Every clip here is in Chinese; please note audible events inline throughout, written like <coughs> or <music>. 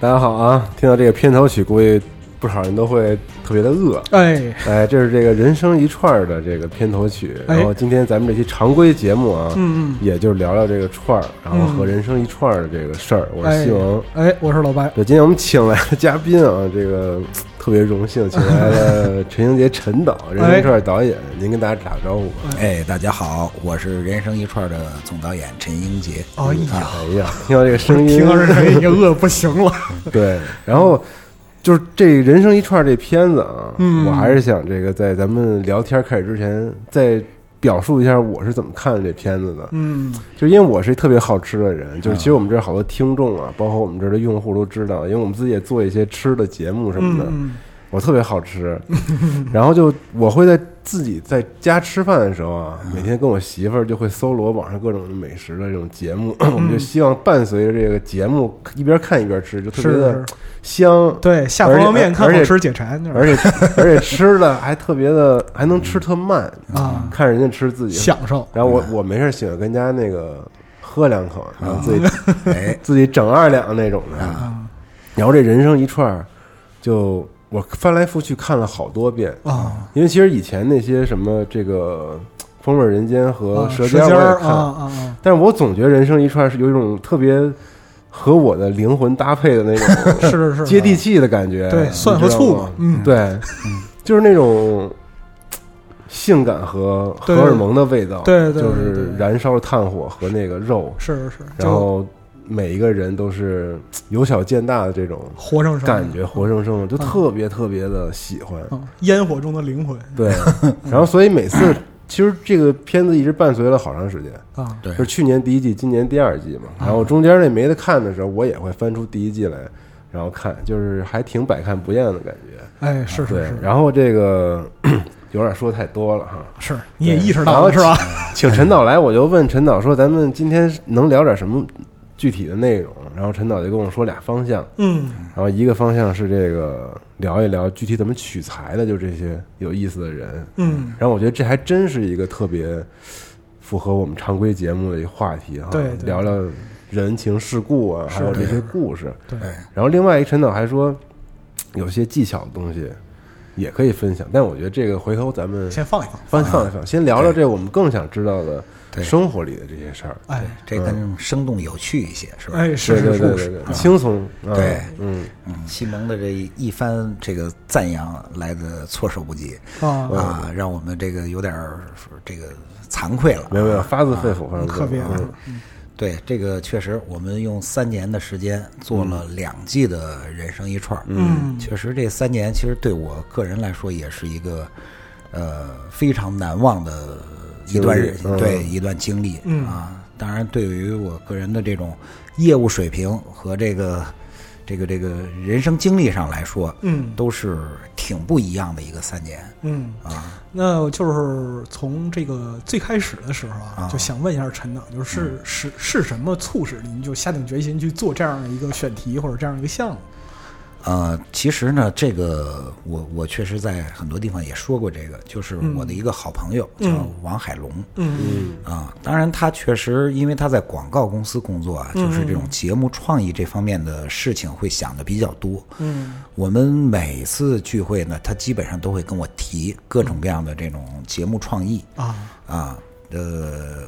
大家好啊！听到这个片头曲，估计不少人都会特别的饿。哎，哎，这是这个人生一串儿的这个片头曲。哎然后今天咱们这期常规节目啊，嗯也就是聊聊这个串儿，然后和人生一串儿的这个事儿。我是西蒙。嗯，哎，我是老白，对，今天我们请来的嘉宾啊，这个特别荣幸，请来了陈英杰陈导，人生一串儿导演，您跟大家打个招呼吧。哎，大家好，我是人生一串的总导演陈英杰。哎呀，哎呀，听到这个声 <laughs> 音，听到这声音已经饿得不行 <laughs> 了，对，然后就是这人生一串这片子啊，嗯我还是想这个在咱们聊天开始之前，再表述一下我是怎么看这片子的。嗯，啊就因为我是一特别好吃的人，就是其实我们这儿好多听众啊，包括我们这儿的用户都知道，因为我们自己也做一些吃的节目什么的，嗯我特别好 <laughs> 吃。然后就我会在自己在家吃饭的时候啊，每天跟我媳妇儿就会搜罗网上各种美食的这种节目， <coughs> 我们就希望伴随着这个节目一边看一边吃，就特别是的是香。对，下方便面看好吃解馋，就 <laughs> 是而且而且吃的还特别的，还能吃特慢，啊，嗯看人家吃自己。享受，然后我我没事喜欢跟家那个喝两口，然后啊自己，哎 <laughs> 自己整二两那种的。然后这人生一串儿，就我翻来覆去看了好多遍啊，因为其实以前那些什么这个《风味人间》和啊《舌舌尖》我也儿啊看，啊啊，但是我总觉得人生一串是有一种特别和我的灵魂搭配的那种是是是嗯接地气的感觉，对你蒜和醋知道吗嘛嗯对， <laughs> 就是那种性感和荷对尔蒙的味道，对对对就是对燃烧的炭火和那个肉，是是，然就后每一个人都是由小见大的这种活生生的感觉，活生生的，就特别特别的喜欢，嗯，烟火中的灵魂 <laughs> 对，然后所以每次。其实这个片子一直伴随了好长 <laughs> 时间，啊，对就是去年第一季，今年第二季嘛。然后中间那没得看的时候，我也会翻出第一季来，然后看，就是还挺百看不厌的感觉。哎，是啊对是，是然后这个 <coughs> 有点说太多了哈，是，你也对意识然到后了是吧？请陈导来，我就问陈导说，咱们今天能聊点什么具体的内容？然后陈导就跟我说俩方向，嗯，然后一个方向是这个聊一聊具体怎么取材的，就这些有意思的人，嗯，然后我觉得这还真是一个特别符合我们常规节目的一个话题哈，对对聊聊人情世故啊，还有这些故事。对，然后另外一个陈导还说，有些技巧的东西也可以分享，但我觉得这个回头咱们先放一放，翻放一嗯放，先聊聊这我们更想知道的对生活里的这些事儿。哎这更生动有趣一些，是吧？哎，对是对对是是对是，对，轻松。啊对嗯，嗯西蒙的这一番这个赞扬来的措手不及啊，啊，让我们这个有点儿这个惭愧了。啊没有没有，发自肺腑，反正特别嗯对，这个确实，我们用三年的时间做了嗯两季的人生一串。嗯确实，这三年其实对我个人来说也是一个呃非常难忘的一段日经历嗯对一段经历嗯啊。当然，对于我个人的这种业务水平和这个这个这个人生经历上来说，嗯都是挺不一样的一个三年嗯。啊。那就是从这个最开始的时候啊，啊就想问一下陈导，就是是是什么促使您就下定决心去做这样的一个选题或者这样一个项目？呃，其实呢，这个我我确实在很多地方也说过这个，就是我的一个好朋友、叫王海龙，嗯啊，当然，他确实，因为他在广告公司工作啊，就是这种节目创意这方面的事情会想的比较多。嗯我们每次聚会呢，他基本上都会跟我提各种各样的这种节目创意啊啊，呃，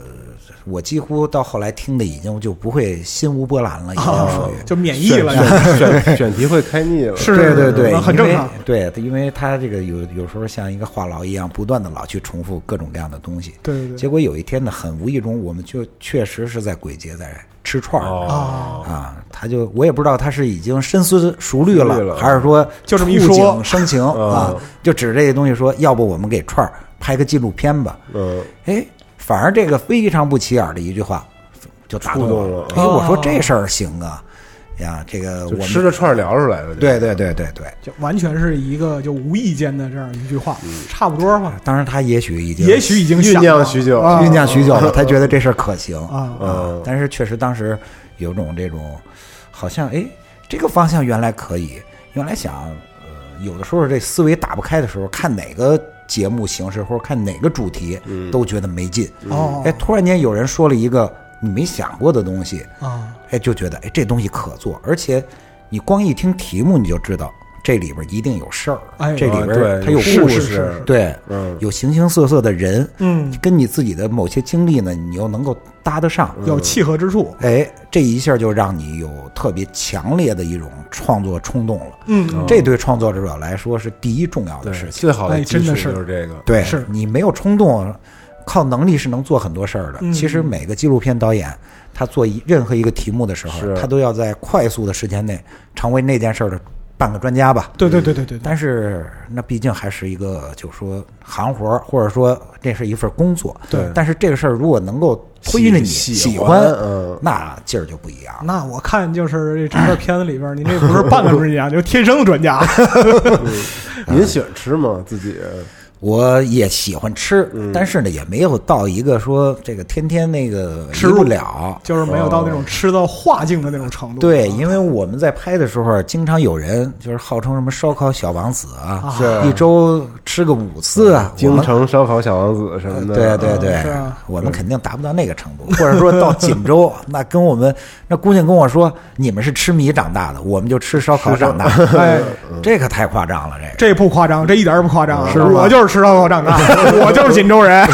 我几乎到后来听的已经就不会心无波澜了，已经属于。啊就免疫了，选 <laughs> 选选题会开腻了，是对对对，嗯很因为正常。对，因为他这个有有时候像一个话痨一样，不断的老去重复各种各样的东西。对对对结果有一天呢，很无意中，我们就确实是在鬼节在吃串儿、哦啊，啊，他就我也不知道他是已经深思熟虑了，熟虑了还是说就这么一触景说生情、啊嗯，就指这些东西说，要不我们给串儿拍个纪录片吧？嗯，哎，反而这个非常不起眼的一句话，就打动我触动了哎，我说哦这事儿行啊。呀，这个就我吃们着串儿聊出来的。就对对，对对对，就完全是一个就无意间的这样一句话，差不多吧，当然他也许已经也许已经酝想酿了许久啊酝酿许久了，他觉得这事儿可行啊嗯但是确实当时有种这种，好像哎，这个方向原来可以，原来想，呃，有的时候这思维打不开的时候，看哪个节目形式或者看哪个主题，都觉得没劲。哦哎，突然间有人说了一个你没想过的东西，啊哎，就觉得哎这东西可做，而且你光一听题目你就知道这里边一定有事儿，哎这里啊边对它有是故是事是，对，嗯有形形色色的人，嗯，跟你自己的某些经历呢，你又能够搭得上，有契合之处，哎，这一下就让你有特别强烈的一种创作冲动了。嗯，这对创作者来说是第一重要的事对，情。最好哎的基真础的是就是这个。对，是你没有冲动，靠能力是能做很多事儿的。嗯其实每个纪录片导演，他做一任何一个题目的时候，是他都要在快速的时间内成为那件事儿的半个专家吧。对对对对对，对但是那毕竟还是一个，就是说行活儿，或者说这是一份工作。对但是这个事儿如果能够推着你喜喜欢欢，嗯那劲儿就不一样。那我看就是这整个片子里边儿，您这不是半个专家，就是天生的专家。您喜欢吃吗？自己我也喜欢吃，但是呢，也没有到一个说这个天天那个吃离不入了。就是没有到那种吃到化境的那种程度。对，因为我们在拍的时候，经常有人就是号称什么烧烤小王子啊，是一周吃个五次啊，我京们城烧烤小王子什么的。对对对是啊，我们肯定达不到那个 <laughs> 程度，或者说到锦州，那跟我们那姑娘跟我说，你们是吃米长大的，我们就吃烧烤长大，哎，这可太夸张了，这 <laughs> 个。这不夸张，这一点儿也不夸张。啊吗我就是吃烧烤长大，啊我就是锦州人，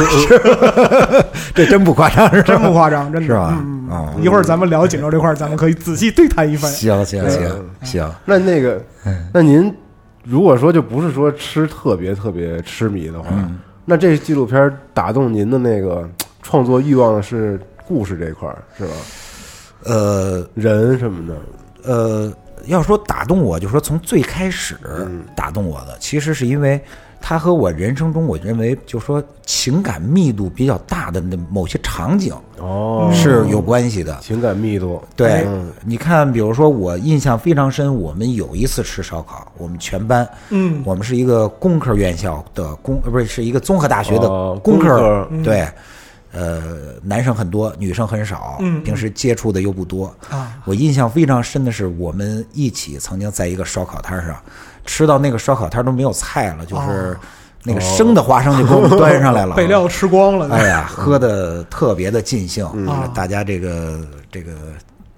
这真不夸张，是吧真不夸张，真的是吧嗯哦一会儿咱们聊锦州这块儿，咱们可以仔细对嗯谈一番。行行行行，那那个，嗯那您如果说就不是说吃特别特别痴迷的话，嗯那这纪录片打动您的那个创作欲望是故事这块儿是吧？呃，人什么的，呃，要说打动我，就说从最开始嗯打动我的，其实是因为它和我人生中我认为就说情感密度比较大的那某些场景哦是有关系的。情感密度，嗯对嗯，你看，比如说我印象非常深，我们有一次吃烧烤，我们全班，嗯，我们是一个工科院校的工，呃不是是一个综合大学的哦工工科对，呃，男生很多，女生很少，嗯平时接触的又不多啊。我印象非常深的是，我们一起曾经在一个烧烤摊上吃到那个烧烤摊都没有菜了，就是那个生的花生就给我们端 <laughs> 上来了，备料吃光了。哎呀，喝的特别的尽兴，啊大家这个这个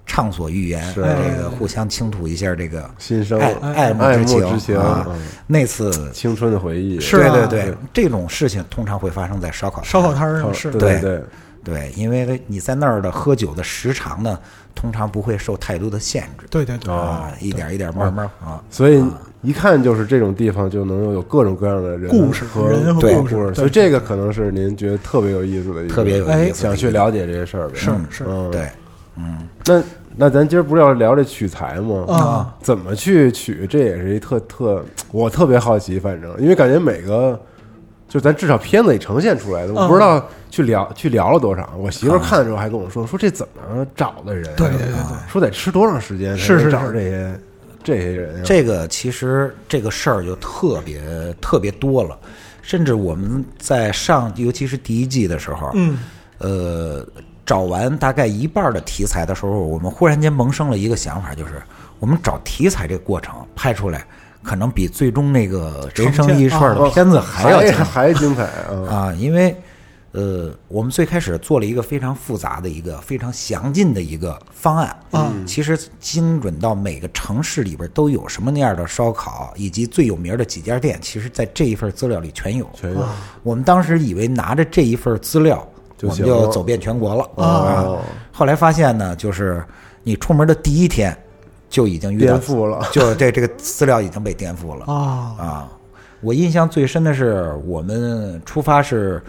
畅所欲言，哎是这个互相倾吐一下这个心声爱爱慕之爱慕之情啊嗯。那次，青春的回忆是对啊对对，这种事情通常会发生在烧烤烧摊烤摊儿哦上是啊对对对，对，因为你在那儿的喝酒的时长呢，通常不会受太多的限制。对对对，啊，一点一点慢慢啊，所以一看就是这种地方就能有各种各样的人故事和人和对故事，所以这个可能是您觉得特别有意思的一个，特别有意思。想去了解这些事儿呗。是是嗯，对，那那咱今儿不是要聊这取材吗？啊，怎么去取？这也是一特特，我特别好奇，反正因为感觉每个。就咱至少片子里呈现出来的，我嗯不知道去聊去聊了多少。我媳妇儿看的时候还跟我说，说这怎么找的人啊？啊对对对对说得吃多长时间才是是能找是这些这些人啊？这个其实这个事儿就特别特别多了，甚至我们在上，尤其是第一季的时候，嗯，呃，找完大概一半儿的题材的时候，我们忽然间萌生了一个想法，就是我们找题材这个过程拍出来，可能比最终那个啊人生一串的片子还要还精彩。还精彩啊！啊，因为呃，我们最开始做了一个非常复杂的一个非常详尽的一个方案啊其实精准到每个城市里边都有什么那样的烧烤，以及最有名的几家店，其实在这一份资料里全有。全啊有我们当时以为拿着这一份资料，就我们行就了走遍全国了啊哦后来发现呢，就是你出门的第一天就已经遇到颠覆了就这这个资料已经被颠覆了啊啊，我印象最深的是我们出发是，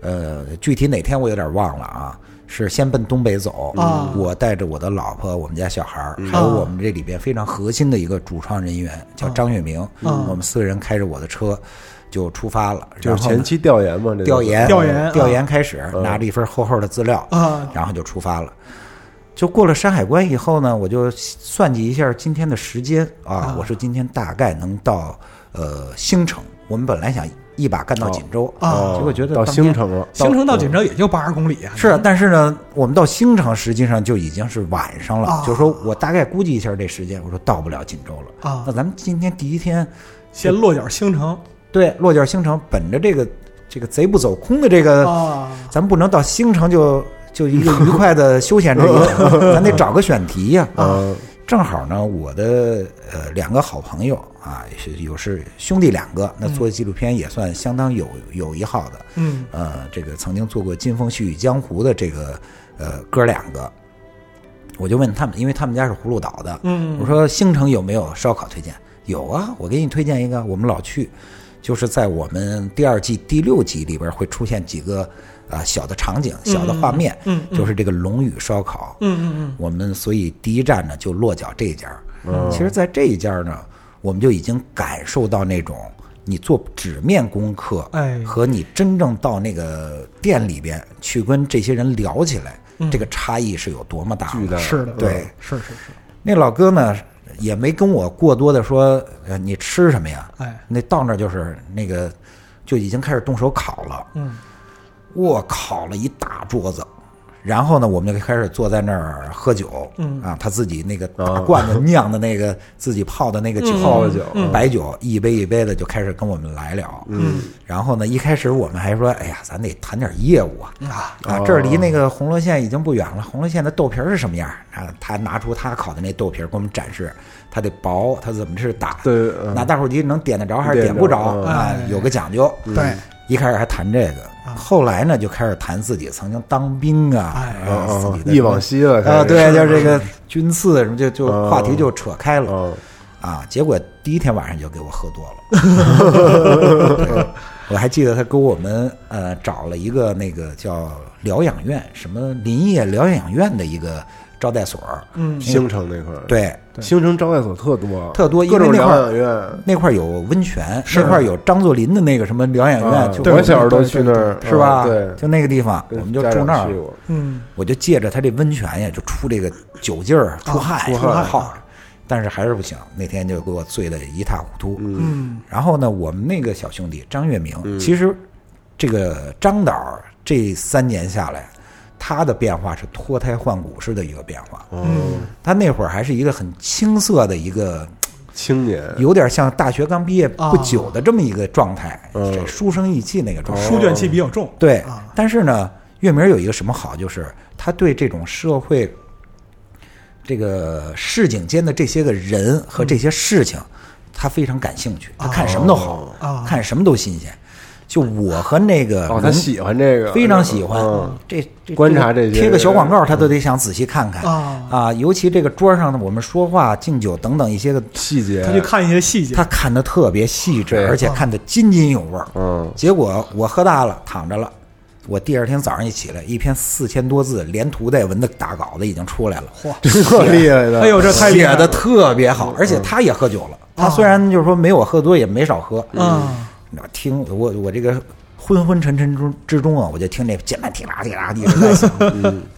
呃，具体哪天我有点忘了啊，是先奔东北走，啊嗯我带着我的老婆、我们家小孩儿，还有我们这里边非常核心的一个主创人员叫张月明，啊我们四个人开着我的车就出发了，就然是后呢前期调研嘛，这调研调研啊嗯调研开始，拿着一份厚厚的资料啊然后就出发了。就过了山海关以后呢，我就算计一下今天的时间啊啊，我说今天大概能到呃兴城。我们本来想一把干到锦州哦啊结果觉得到当天嗯兴城了，兴城到锦州也就八十公里啊，是，但是呢，我们到兴城实际上就已经是晚上了，啊就是说我大概估计一下这时间，我说到不了锦州了。啊那，咱们今天第一天，先落脚兴城对落脚兴城，本着这个这个贼不走空的这个，啊，咱不能到兴城就就一个愉快的休闲之旅，咱得找个选题呀、嗯，正好呢，我的呃两个好朋友啊，是有是兄弟两个，那做纪录片也算相当有有一号的，嗯呃，这个曾经做过《金风细雨江湖》的这个呃哥两个，我就问他们，因为他们家是葫芦岛的，嗯，我说兴城有没有烧烤推荐？有啊，我给你推荐一个，我们老去，就是在我们第二季第六集里边会出现几个啊小的场景、小的画面，嗯嗯就是这个龙宇烧烤，嗯嗯我们所以第一站呢就落脚这一家。其实，在这一家呢，我们就已经感受到那种你做纸面功课，哎和你真正到那个店里边去跟这些人聊起来，这个差异是有多么大巨大嗯，的是的，对，是是是，那老哥呢，也没跟我过多的说，呃，你吃什么呀？哎，那到那儿就是那个，就已经开始动手烤了。嗯我烤了一大桌子，然后呢，我们就开始坐在那儿喝酒。嗯啊，他自己那个大罐子酿的那个、自己泡的那个酒，哦泡的酒嗯白酒一杯一杯的就开始跟我们来了。嗯，然后呢，一开始我们还说，哎呀，咱得谈点业务啊。啊，啊，这儿离哦那个红罗县已经不远了。红罗县的豆皮儿是什么样儿？啊，他拿出他烤的那豆皮儿给我们展示，它得薄，它怎么是打？对，嗯拿打火机能点得着还是点点着不着嗯啊哎？有个讲究。对，啊一开始还谈这个，后来呢就开始谈自己曾经当兵啊哎，啊嗯自嗯己的忆往昔了，开啊，始对，就是这个军次什么，就就嗯话题就扯开了嗯，啊。结果第一天晚上就给我喝多了， <laughs> 对我还记得他给我们呃找了一个那个叫疗养院，什么林业疗养院的一个招待所，嗯兴城那块儿，，对，兴城招待所特多，特多各因种为那疗块儿养院，那块儿有温泉，那块儿有张作霖的那个什么疗养啊院，就我小时候都去那对儿，是吧？嗯对，就那个地方，我们就跟家住长那儿去，过嗯我就借着他这温泉呀，就出这个酒劲儿，出汗，啊出出汗泡，但是还是不行，那天就给我醉得一塌糊涂。嗯然后呢，我们那个小兄弟张月嗯明，其实这个张导儿这三年下来，他的变化是脱胎换骨式的一个变化。嗯，他那会儿还是一个很青涩的一个青年，有哦点像大学刚毕业啊不久的这么一个状态，嗯这书生意气那个状态。哦书卷气比较重，对啊，但是呢，月明有一个什么好，就是他对这种社会、这个市井间的这些个人和这些事情，他非常感兴趣，他看什么都好，啊看什么都新鲜。就我和那个哦，他龙喜欢这个，非常喜欢嗯，这这观察这些贴个小广告，他都得想仔细看看啊啊。尤其这个桌上呢，我们说话、敬酒等等一些个，细节，他去看一些细节，他看的特别细致对，而且看得津津有味儿。嗯，结果我喝大了，躺着了。我第二天早上一起来，一篇四千多字连图带文的大稿子已经出来了，嚯，特厉 <laughs> 害的，哎呦，这太厉写害的了，特别好，而且他也喝酒了。他虽然就是说没我喝多，也没少喝。嗯，我听我我这个昏昏沉沉中之中啊，我就听这简单提拉提拉一直在响。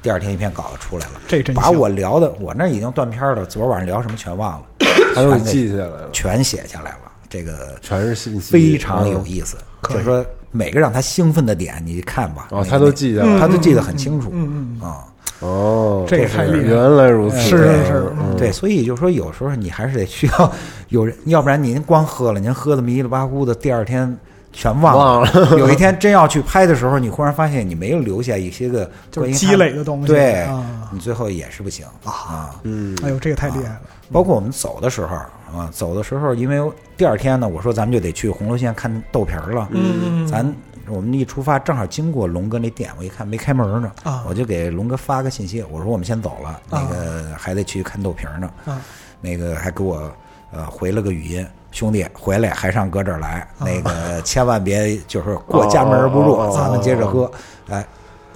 第二天一篇稿子出来了，这真把行我聊的我那已经断片了，昨晚上聊什么全忘了，他都全给记下来了，全写下来了。这个全是信息，非常有嗯意思。就是说每个让他兴奋的点，你看吧。哦那个他都记下来那了个他都记得很清楚。嗯啊，哦，这个太厉害了原来如此，是对是是嗯对，所以就说有时候你还是得需要有人，要不然您光喝了，您喝的迷了吧咕的，第二天。全忘 <laughs> 了。有一天真要去拍的时候，你忽然发现你没有留下一些个就是关于他积累的东西对，啊你最后也是不行啊。嗯，哎呦，这个太厉害了，包括我们走的时候啊，走的时候，因为第二天呢，我说咱们就得去红楼县看豆皮儿了。嗯咱我们一出发，正好经过龙哥那店，我一看没开门呢，啊我就给龙哥发个信息，我说我们先走了，那个还得去看豆皮儿呢。啊那个还给我呃回了个语音，兄弟回来还上哥这儿来，啊那个千万别就是过家门而不入，哦哦哦哦咱们接着喝，哎，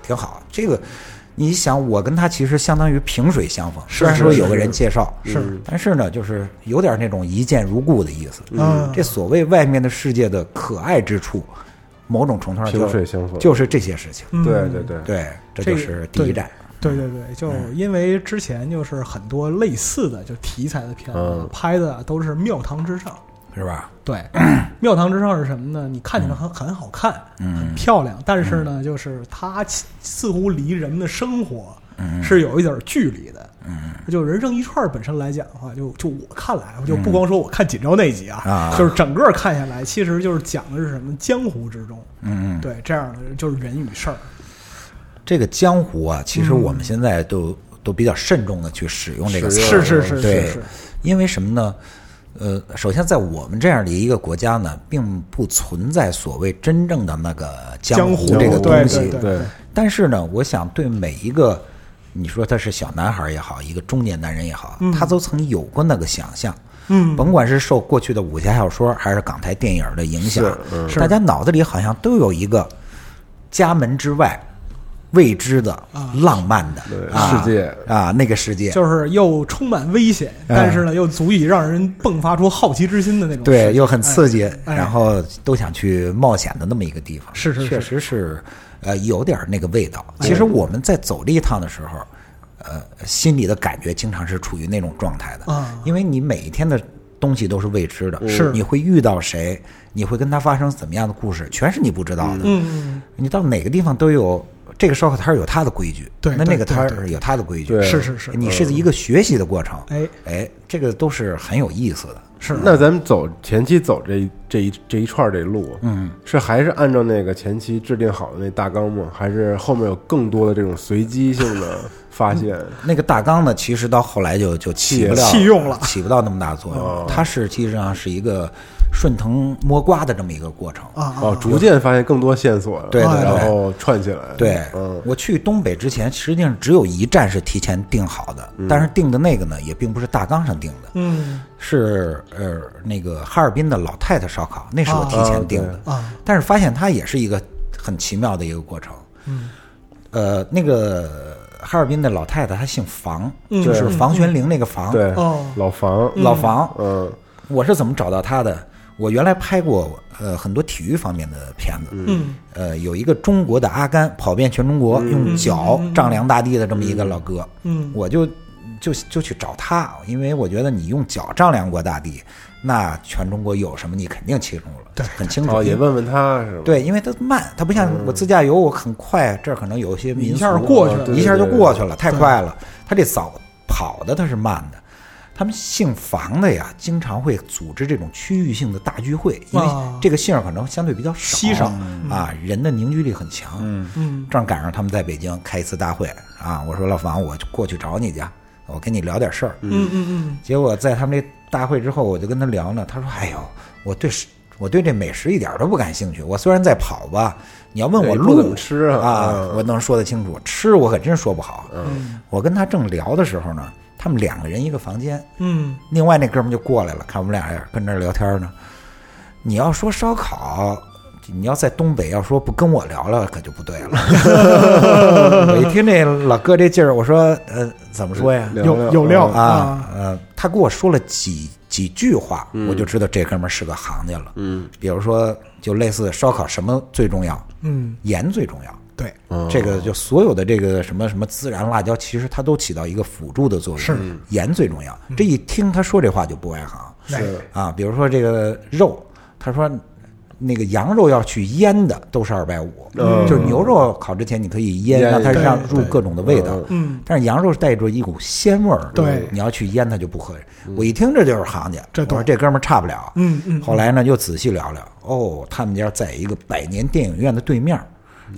挺好。这个你想，我跟他其实相当于萍水相逢，虽然说有个人介绍，是，但是呢，就是有点那种一见如故的意思。嗯这所谓外面的世界的可爱之处，某种程度上就萍水相逢就是这些事情。嗯对对对，对，这这就个是第一对站。对对对，就嗯因为之前就是很多类似的就题材的片子、嗯拍的都是庙堂之上。是吧？ <clears throat> 对，庙堂之上是什么呢？你看起来嗯很很好看，很漂亮，但是呢，就是它似似乎离人的生活嗯是有一点距离的。就人生一串本身来讲的话，就就我看来，啊就不光说我看锦州那集啊嗯啊，就是整个看下来，其实就是讲的是什么江湖之中，嗯，对这样的就是人与事儿。这个江湖啊，其实我们现在都、都比较慎重的去使用这个词使儿，用嗯是是是对是是，因为什么呢？呃，首先在我们这样的一个国家呢，并不存在所谓真正的那个江湖江湖这对个东西。对对，但是呢，我想对每一个，你说他是小男孩也好，一个中年男人也好，他都曾有过那个想象。嗯，甭管是受过去的武侠小说还是港台电影的影响，是大家脑子里好像都有一个家门之外未知的、浪漫的对啊世界啊，那个世界就是又充满危险，啊但是呢，又足以让人迸发出好奇之心的那种事情。对，又很刺激，哎然后都想去冒险的那么一个地方，是是是哎确实是，呃，有点儿那个味道。其实我们在走这一趟的时候，呃，心里的感觉经常是处于那种状态的，啊嗯因为你每一天的东西都是未知的，是你会遇到谁，你会跟他发生怎么样的故事，全是你不知道的。嗯嗯嗯你到哪个地方都有这个烧烤摊儿有它的规矩，对那对那个对摊对儿有它的规矩，对是是是你是一个学习的过程，哎哎，这个都是很有意思的。是那咱们走前期走这一这一这一串儿这路，嗯，是还是按照那个前期制定好的那大纲吗？还是后面有更多的这种随机性的发现？那个大纲呢，其实到后来就就起不了弃用了哦起不到那么大作用。它实际上是一个顺藤摸瓜的这么一个过程。啊啊哦，逐渐发现更多线索了，对对对然后串起来，对，嗯，我去东北之前，实际上只有一站是提前定好的，但是定的那个呢，也并不是大纲上定的，嗯是呃那个哈尔滨的老太太烧烤，那是我哦提前定的。啊但是发现它也是一个很奇妙的一个过程。嗯，呃，那个哈尔滨的老太太她姓房，嗯就是嗯房玄龄那个房，对，哦老房，老房。嗯，我是怎么找到她的？我原来拍过呃很多体育方面的片子，嗯呃，有一个中国的阿甘跑遍全中国，用脚丈量大地的这么一个老哥，嗯我就就就去找他，因为我觉得你用脚丈量过大地，那全中国有什么你肯定清楚了，对很清楚。哦，也问问他是吧？对，因为它慢，它不像我自驾游，我很快，这儿可能有一些民一俗啊下过去了对一下就过去了，太快了。它这早跑的它是慢的，他们姓房的呀，经常会组织这种区域性的大聚会，因为啊这个姓儿可能相对比较少，稀少啊，人的凝聚力很强。嗯，嗯正赶上他们在北京开一次大会啊，我说老房，我过去找你去，啊我跟你聊点事儿。嗯，嗯嗯结果在他们这大会之后，我就跟他聊呢，他说：“哎呦，我对食我对这美食一点都不感兴趣。我虽然在跑吧，你要问我对不怎路么吃啊嗯我能说得清楚。吃我可真说不好。嗯我跟他正聊的时候呢，他们两个人一个房间，嗯另外那哥们就过来了，看我们俩跟这儿聊天呢。你要说烧烤，你要在东北要说不跟我聊了，可就不 <laughs> 对了。我一听这老哥这劲儿，我说呃，怎么说呀？聊有聊有料嗯啊，嗯呃，他给我说了几几句话，我就知道这哥们儿是个行家了。嗯，比如说，就类似烧烤什么最重要，嗯，盐最重要。对，这个就所有的这个什么什么孜然、辣椒，其实它都起到一个辅助的作用。是盐最重要。这一听他说这话就不外行是啊。比如说这个肉，他说那个羊肉要去腌的都是二百五，就是牛肉烤之前你可以腌，腌让它对让入各种的味道。嗯，但是羊肉是带着一股鲜味儿，对你要去腌它就不合适。我一听这就是行家，这我说懂这哥们儿差不了。嗯嗯后来呢，又仔细聊聊，哦，他们家在一个百年电影院的对面儿，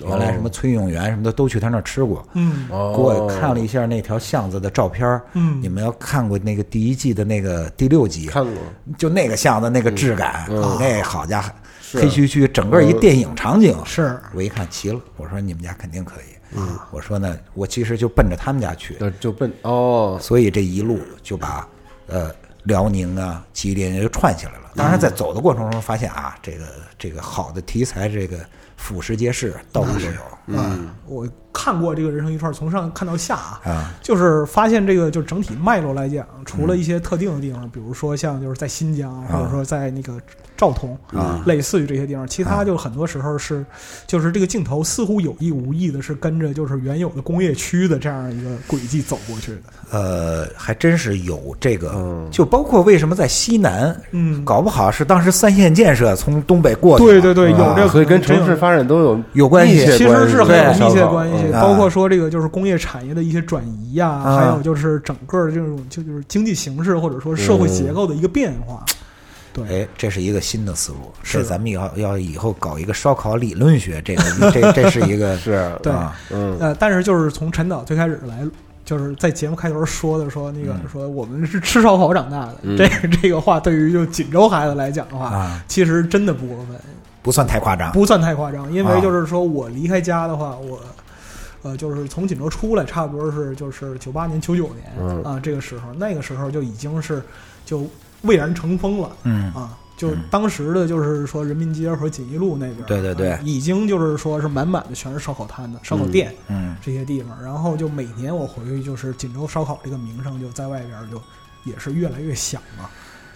原来什么崔永元什么的都去他那儿吃过。嗯给我哦，看了一下那条巷子的照片儿，嗯你们要看过那个第一季的那个第六集，看过，就那个巷子那嗯个质感，哦那好家伙，是黑黢黢，整个一电影场景。嗯是嗯我一看齐了，我说你们家肯定可以。我说呢，我其实就奔着他们家去，那就奔哦，所以这一路就把呃辽宁啊、吉林就串起来了。嗯当然，在走的过程中发现啊，这个这个好的题材，这个俯拾皆是，到处都有嗯，我看过这个人生一串，从上看到下啊，啊。就是发现这个就整体脉络来讲，除了一些特定的地方，比如说像就是在新疆，或者说在那个昭通，类似于这些地方，其他就很多时候是，就是这个镜头似乎有意无意的是跟着就是原有的工业区的这样一个轨迹走过去的。呃，还真是有这个，就包括为什么在西南，嗯搞不好是当时三线建设从东北过去的，对对对，有这个啊所以跟城市发展都有有关系密啊切其实是很有对密切关系，嗯包括说这个就是工业产业的一些转移呀、啊还有就是整个的这种就就是经济形势或者说社会结构的一个变化。对，哎，这是一个新的思路，是这咱们以后要以后搞一个烧烤理论学，<laughs> 这个这这是一个是，对啊嗯，呃，但是就是从陈导最开始来。就是在节目开头说的，说那个说我们是吃烧烤长大的，嗯这个这个话对于就锦州孩子来讲的话，啊其实真的不过分，不算太夸张，不算太夸张，因啊为就是说我离开家的话，我呃就是从锦州出来，差不多是就是九八年、九九年嗯啊、这个时候，那个时候就已经是就蔚然成风了嗯啊。就是当时的，就是说人民街和锦艺路那边，对对对啊已经就是说是满满的全是烧烤摊子、烧烤店嗯这些地方。然后就每年我回去，就是锦州烧烤这个名声就在外边就也是越来越响嘛，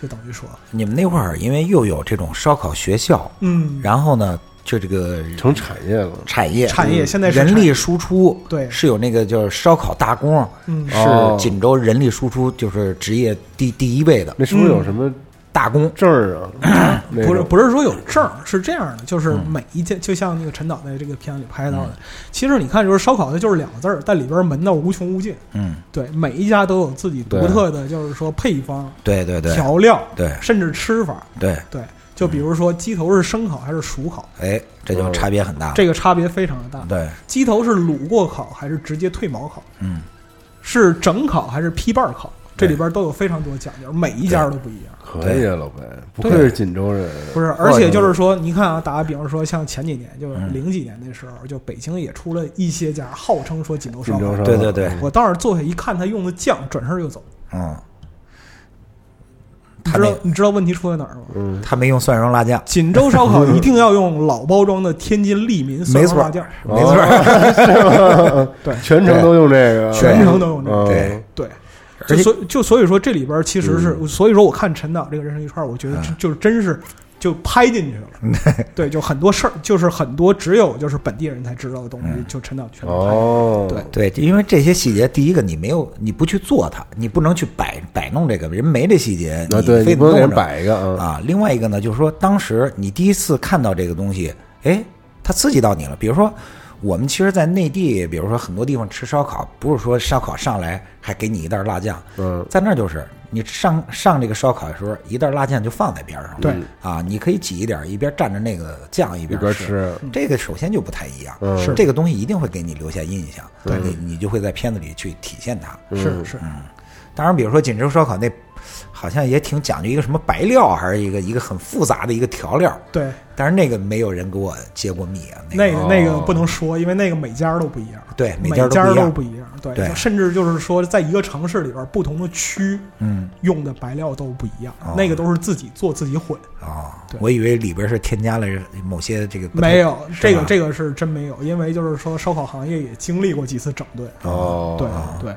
就等于说，你们那会儿因为又有这种烧烤学校，嗯，然后呢，就这个成产业了，产业嗯产业现在是人产力输出对是有那个就是烧烤大工，嗯哦是锦州人力输出就是职业第第一位的那是不是有什么大工，证儿啊？那嗯不是种不是说有证儿，是这样的，就是嗯每一件，就像那个陈导在这个片子里拍到的，其实你看，就是烧烤，它就是两个字儿，但里边门道无穷无尽。嗯，对，每一家都有自己独特的，就是说配方、对对对调料，对嗯甚至吃法。对，对，就比如说鸡头是生烤还是熟烤，哎，这就差别很大，哦这个差别非常的大。对，鸡头是卤过烤还是直接退毛烤？嗯，是整烤还是劈半儿烤？这对里边都有非常多讲究，每一家都不一样。可以啊，老白，不愧是锦州人，不是，而且就是说，你看啊，打个比方说，像前几年，就是零几年那时候，就北京也出了一些家号称说锦州烧锦州烤烧。烤，对对对我当时坐下一看，他用的酱，转身就走。嗯，你他知那道你知道问题出在哪儿吗？嗯，他没用蒜蓉辣酱，锦州烧烤一定要用老包装的天津利民蒜没蓉错辣酱，哦没错儿，是吧？对 <laughs> 全程都用这个，对全程都用这个。对对，对，嗯就而且所以就所以说这里边其实是，所以说我看陈导这个人生一串，我觉得真就是真是。就拍进去了，对，就很多事儿，就是很多只有就是本地人才知道的东西，就陈导全都拍进去了哦，对对，因为这些细节，第一个你没有，你不去做它，你不能去摆摆弄这个，人没这细节，啊，对，你非得不能弄给人着摆一个啊，啊。另外一个呢，就是说当时你第一次看到这个东西，哎，它刺激到你了。比如说，我们其实，在内地，比如说很多地方吃烧烤，不是说烧烤上来还给你一袋辣酱，嗯，在那儿就是你上上这个烧烤的时候，一袋辣酱就放在边上了，对啊，你可以挤一点，一边蘸着那个酱一一边边吃。吃，这个首先就不太一样，嗯是这个东西一定会给你留下印象，对你你就会在片子里去体现它。是是，嗯当然，比如说锦州烧烤那，好像也挺讲究一个什么白料，还是一个一个很复杂的一个调料。对，但是那个没有人给我揭过密啊，那那个个那个不能说，因为那个每家都不一样，对每每家都家不一都样不一样，对，对就甚至就是说，在一个城市里边，不同的区，嗯，用的白料都不一样哦，那个都是自己做自己混，哦对，我以为里边是添加了某些这个不太没有是吧这个这个是真没有，因为就是说烧烤行业也经历过几次整顿，哦，对对，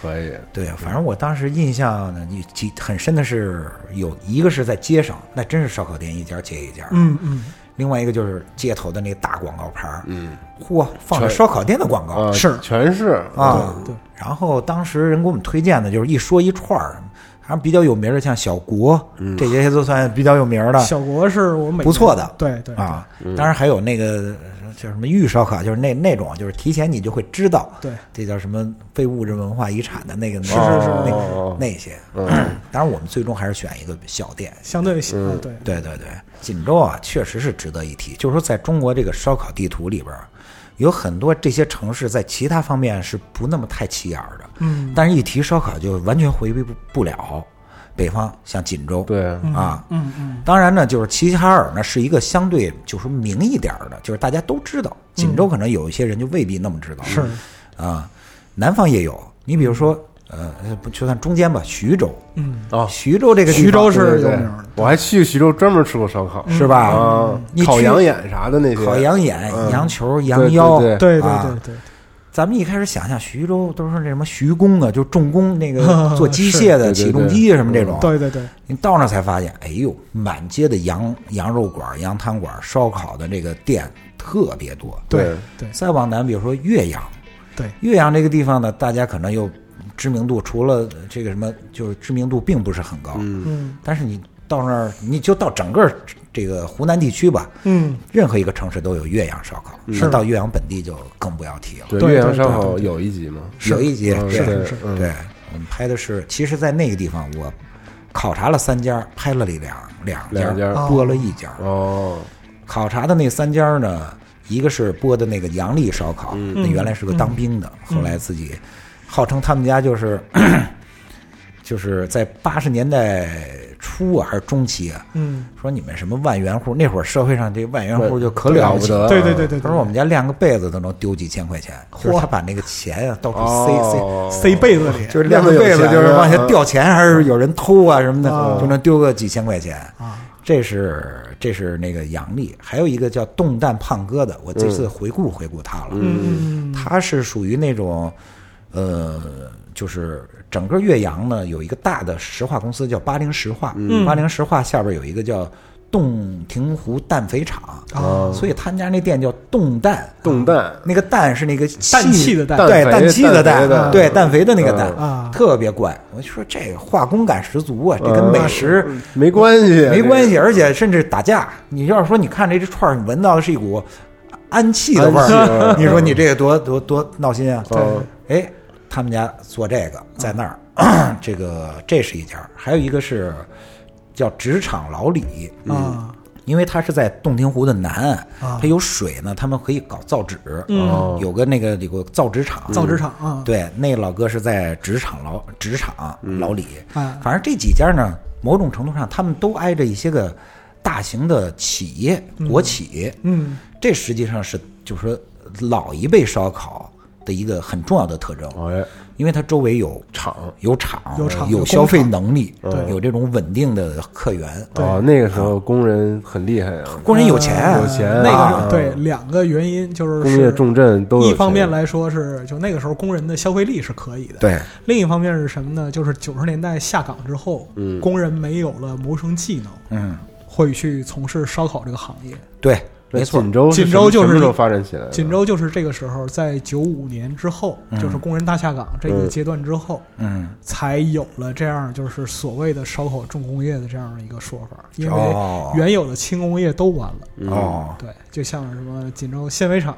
可以，对，反正我当时印象呢，你记很深的是有一个是在街上，那真是烧烤店一家接一家，嗯嗯，另外一个就是街头的那大广告牌儿，嗯，嚯，放着全烧烤店的广告，啊，是全是啊，对对然后当时人给我们推荐的就是一说一串儿，好像比较有名的，像小国，嗯这些都算比较有名的小国是我每不错年的对对，啊。嗯当然还有那个呃叫什么玉烧烤，就是那那种，就是提前你就会知道，对这叫什么非物质文化遗产的那个，是是是那哦那些。嗯 <clears throat> 当然我们最终还是选一个小店。相对小，对对对对，锦州啊，确实是值得一提。就是说，在中国这个烧烤地图里边儿，有很多这些城市在其他方面是不那么太起眼儿的，嗯，但是一提烧烤就完全回避不不了北方，像锦州，对，啊。嗯嗯，当然呢，就是齐齐哈尔呢是一个相对就是说明一点儿的，就是大家都知道。嗯锦州可能有一些人就未必那么知道，是啊，南方也有。你比如说呃，不就算中间吧，徐州，嗯，啊，徐州这个地方徐州对是对有对名儿的，我还去徐州专门吃过烧烤，是吧？啊你，烤去羊眼啥的那些，烤羊眼、嗯羊球、对羊腰，对对对啊对对，咱们一开始想象徐州都是那什么徐工啊，就重工 <laughs> 那个是做机械对的对起重机什么这种。对对对，你到那儿才发现，哎呦，满街的羊羊肉馆、羊汤馆、烧烤的这个店特别多。对对再往南，比如说岳阳，对岳阳这个地方呢，大家可能又知名度除了这个什么，就是知名度并不是很高。嗯，嗯但是你到那儿，你就到整个这个湖南地区吧，嗯，任何一个城市都有岳阳烧嗯烤，是那到岳阳本地就更不要提了。对，对岳阳烧对烤对有一集嘛，有一集，嗯对对是嗯对，我们拍的是，其实，在那个地方我考察了三家，拍了两两两家播了一家。哦，考察的那三家呢，一个是播的那个杨丽烧烤，嗯那原来是个当兵的，后来自己号称他们家就是。 <clears throat> 就是在八十年代初啊，还是中期啊，嗯，说你们什么万元户，那会儿社会上这万元户就可了不起得了啊，对对对对他对，说我们家晾个被子都能丢几千块钱，就是他把那个钱啊到处塞哦塞被子里塞，就是晾个被子就是嗯往下掉钱，还是有人偷啊什么啊的，就能丢个几千块钱。啊，这是这是那个杨丽，还有一个叫动弹胖哥的，我这次回顾回顾他了，嗯，他是属于那种，呃，就是整个岳阳呢有一个大的石化公司叫巴陵石化，巴陵石化下边有一个叫洞庭湖氮肥厂，啊所以他们家那店叫洞氮，冻蛋，那个氮是那个气氮气的氮对，氮肥氮气的氮肥的嗯对，氮肥的那个氮嗯啊特别怪。我就说这个化工感十足啊，这跟美食没关系，没关系，系，而啊且甚至打架。你要是说你看这只串儿，你闻到的是一股氨气的味氨气味儿儿，你说你这个多多多闹心啊！哦哎，他们家做这嗯个在那儿， <clears throat> 这个这是一家儿，还有一个是叫职场老李嗯嗯啊，因为它是在洞庭湖的南岸，啊嗯它有水呢，他们可以搞造纸，哦有个那个有个造纸厂，造纸厂啊，对，那老哥是在职场老职场嗯老李，哎反正这几家呢，某种程度上他们都挨着一些个大型的企业、国企，嗯，这实际上是就是说老一辈烧烤的一个很重要的特征，哎，因为它周围有厂有厂、有厂有有工消费能力，对有这种稳定的客源，哦，那个时候工人很厉害啊，工人嗯有钱，有钱那啊个对两个原因就是工业重镇都有一方面钱，来说是，就那个时候工人的消费力是可以的。。对，另一方面是什么呢？就是九十年代下岗之后，嗯工人没有了谋生技能，嗯，会去从事烧烤这个行哎业。对，那没错，锦州是锦州什么就是什么时候发展起来的？锦州就是这个时候，在九五年之后，嗯就是工人大下岗这个阶段之后，嗯，才有了这样就是所谓的烧烤重工业的这样的一个说法。因哦为原有的轻工业都完了，哦，对，就像什么锦州纤维厂、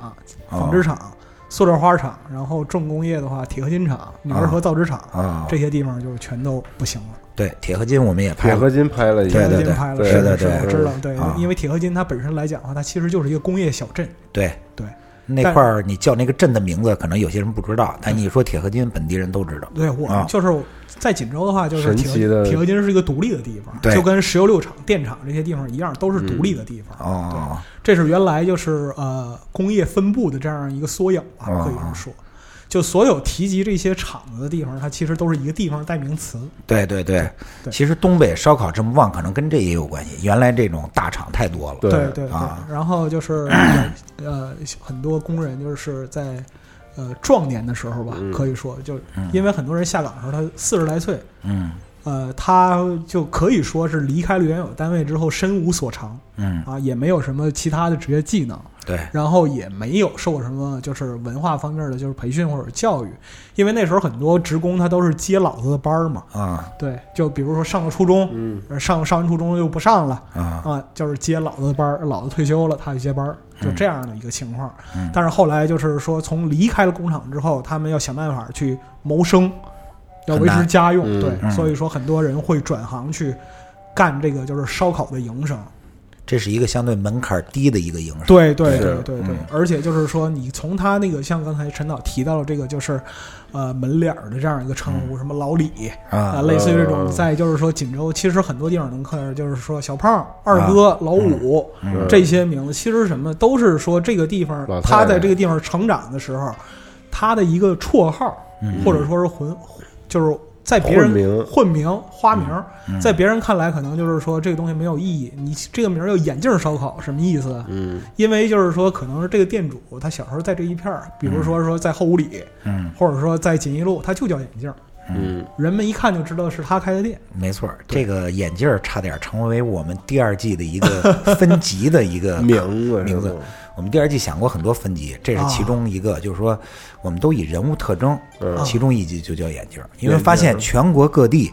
纺织厂、塑料花厂，然后重工业的话，铁合金厂、女儿河造纸厂、啊这些地方就全都不行了。对，铁合金我们也拍铁了合，金拍了一对个，铁合对金对拍了，对是对的是的，对我知道，对啊，因为铁合金它本身来讲的话，它其实就是一个工业小镇，对。对那但块儿你叫那个镇的名字，可能有些人不知道，但你一说铁合金，本地人都知道。对，我啊们就是在锦州的话，就是神铁奇合的铁合金是一个独立的地方，对就跟石油六厂、电厂这些地方一样，都是独立的地方。哦，这是原来就是呃工业分布的这样一个缩影吧，哦可以这么说。就所有提及这些厂子的地方，它其实都是一个地方代名词。对对对，对其实东北烧烤这么旺，可能跟这也有关系。原来这种大厂太多了，对对对啊然后就是呃，很多工人就是在呃壮年的时候吧，可以说就是因为很多人下岗的时候，他四十来岁，嗯呃，他就可以说是离开了原有单位之后身无所长嗯，啊，也没有什么其他的职业技能，对，然后也没有受过什么就是文化方面的就是培训或者教育，因为那时候很多职工他都是接老子的班儿嘛，啊对，就比如说上了初中，嗯，上上完初中就不上了。啊，啊，就是接老子的班儿，老子退休了，他去接班儿，就这样的一个情况。但是后来就是说，从离开了工厂之后，他们要想办法去谋生，要维持家用，嗯对，嗯所以说很多人会转行去干这个就是烧烤的营生。这是一个相对门槛低的一个营生。对对是嗯对对对，而且就是说，你从他那个像刚才陈导提到的这个就是，呃，门脸儿的这样一个称呼，什么老李啊类似于这种。嗯再就是说，锦州其实很多地方能看到，就是说小胖、二哥、嗯老五、这些名字，其实什么都是说这个地方老太太嗯他在这个地方成长的时候，他的一个绰号，或者说是魂就是在别人混名混名花名，嗯在别人看来可能就是说这个东西没有意义。你这个名儿叫眼镜烧烤，什么意思？嗯因为就是说，可能是这个店主他小时候在这一片儿，比如说说在后五里，嗯，或者说在锦衣路，他就叫眼镜儿，嗯，人们一看就知道是他开的店。没错儿，这个眼镜儿差点成为我们第二季的一 <laughs> 个分级的一个名字名字是吗。我们第二季想过很多分级，这是其中一个，就是说我们都以人物特征，啊嗯其中一集就叫眼镜儿，因为发现全国各 <laughs> 地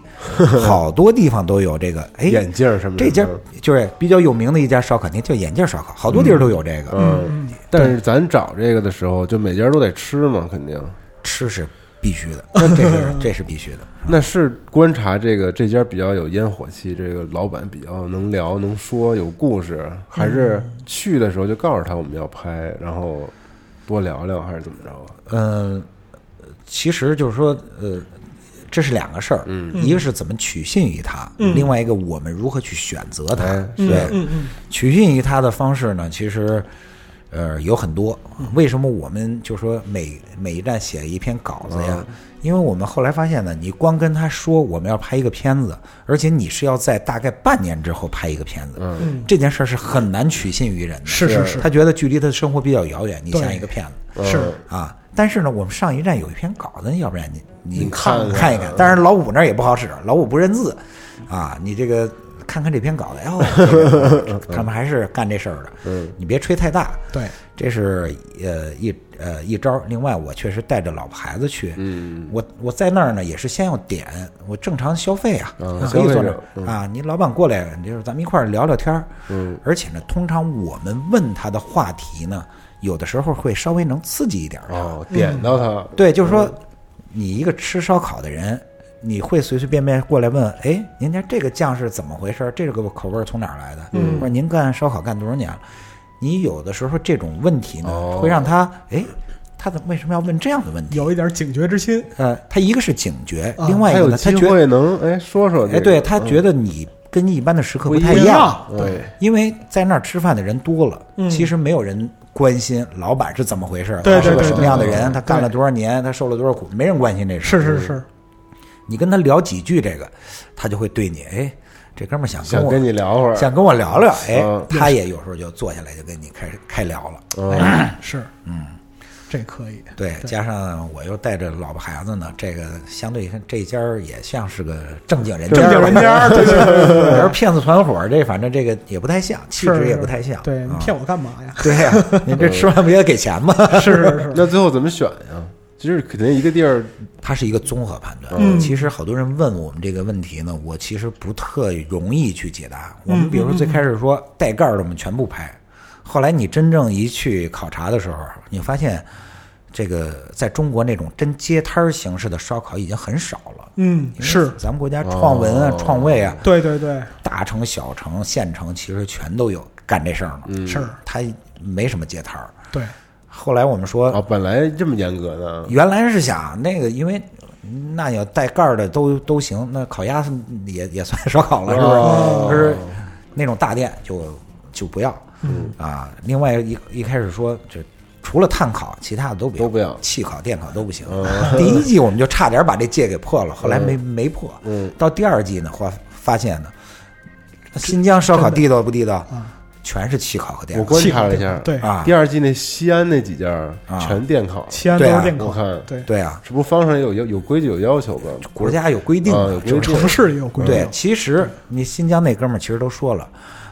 好多地方都有这个，哎，眼镜儿什么的这家就是比较有名的一家烧烤店，叫眼镜烧烤，好多地儿都有这个，嗯，但是咱找这个的时候，就每家都得吃嘛，肯定。吃是必须的，这是这是必须的。那是观察这个这家比较有烟火气，这个老板比较能聊能说有故事，还是嗯去的时候就告诉他我们要拍，然后多聊聊，还是怎么着啊？嗯，其实就是说，呃，这是两个事儿，嗯一个是怎么取信于他，嗯另外一个我们如何去选择他。哎嗯对，嗯嗯取信于他的方式呢，其实呃有很多。为什么我们就说每每一站写一篇稿子呀？因为我们后来发现呢，你光跟他说我们要拍一个片子，而且你是要在大概半年之后拍一个片子，嗯嗯，这件事儿是很难取信于人的。是是是他觉得距离他的生活比较遥远，你对像一个骗子。是啊。但是呢，我们上一站有一篇稿子，要不然你你你看看看一看。当然老五那儿也不好使，老五不认字啊。你这个看看这篇稿子，哎呦，这个 <laughs> 他们还是干这事儿的。嗯，你别吹太大，对，这是呃一呃一招。另外，我确实带着老婆孩子去，嗯，我我在那儿呢也是先要点，我正常消费啊，啊我可消以费坐那者儿、啊。你老板过来，就是咱们一块儿聊聊天儿。嗯，而且呢，通常我们问他的话题呢，有的时候会稍微能刺激一点儿他。哦，点到他，对，就是说，你一个吃烧烤的人，你会随随便便过来问，哎，您家这个酱是怎么回事？这个口味儿从哪儿来的？嗯或者您干烧烤干多少年了？你有的时候这种问题呢，哦会让他，哎，他怎么为什么要问这样的问题？有一点警觉之心。呃，他一个是警觉，啊另外一他个有呢，他机觉得，会能哎说说这个，哎，对他觉得你跟一般的食客不太不一一样，嗯对，因为在那儿吃饭的人多了，嗯其实没有人关心老板是怎么回事，对他是对个对什么样的对对人，对他干了多少年，他受了多少苦，没人关心这是事。是是，你跟他聊几句这个，他就会对你，哎，这哥们儿想跟想我跟你聊会儿，想跟我聊聊，哎嗯，他也有时候就坐下来就跟你开始开聊了。嗯是，嗯，这可以。对，加上我又带着老婆孩子呢，这个相对这家儿也像是个正经人家，正经人家儿，对对对 <laughs> 我说骗子团伙，这反正这个也不太像，气质也不太像。对，你啊骗我干嘛呀？对呀、你这吃饭不也给 <laughs> 钱吗？是是是， <laughs> 那最后怎么选呀？其实肯定一个地儿，它是一个综合判断。嗯其实好多人问我们这个问题呢，我其实不特容易去解答。嗯我们比如说最开始说带盖儿的，我们全部拍。后来你真正一去考察的时候，你发现这个在中国那种真街摊儿形式的烧烤已经很少了。嗯，因为是，咱们国家创文啊、哦创卫啊，对对对，大城、小城、县城其实全都有干这事儿呢。嗯，是，它没什么街摊儿。对，后来我们说，啊，本来这么严格啊呢，原来是想那个，因为那有带盖儿的都都行，那烤鸭也也算烧烤了，是不是？哦就是那种大店就就不要，嗯啊。另外一一开始说，就除了炭烤，其他的都不要，都不要气烤、电烤都不行。嗯 <laughs> 第一季我们就差点把这戒给 <laughs> 破了，后来没、没破。嗯到第二季呢，发发现呢，新疆烧烤地道不地嗯道？啊，全是气烤和电我烤观察了一下，对，啊第。二季那西安那几家儿啊全电烤，西安都是电我烤，看对，对啊，是不是方上也有有有规矩有要求吧？国家有规定啊的有，规就是定城市也有规对定，，其实你新疆那哥们儿其实都说了，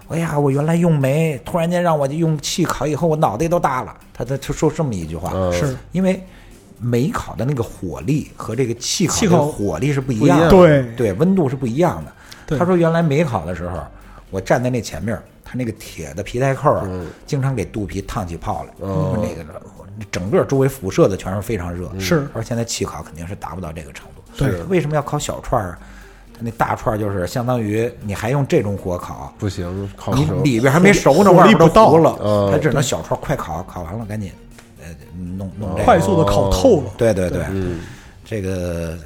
哎呀，我原来用煤，突然间让我用气烤，以后我脑袋都大了。他他他说这么一句话，嗯，是，因为煤烤的那个火力和这个气烤气的烤火力是不一不一样的，样对对，温度是不一样的。对他说原来煤烤的时候，我站在那前面儿，他那个铁的皮带扣啊，嗯经常给肚皮烫起泡来，哦嗯那个整个周围辐射的全是非常热。是而现在气烤肯定是达不到这个程度。对是为什么要烤小串儿啊？它那大串儿就是相当于你还用这种火烤，不行，烤你熟里边还没熟呢，火外力边都不到呃糊了嗯，它只能小串儿快烤，烤完了赶紧呃弄弄这哦个。快速的烤透 <laughs> 了，对对对，嗯，这个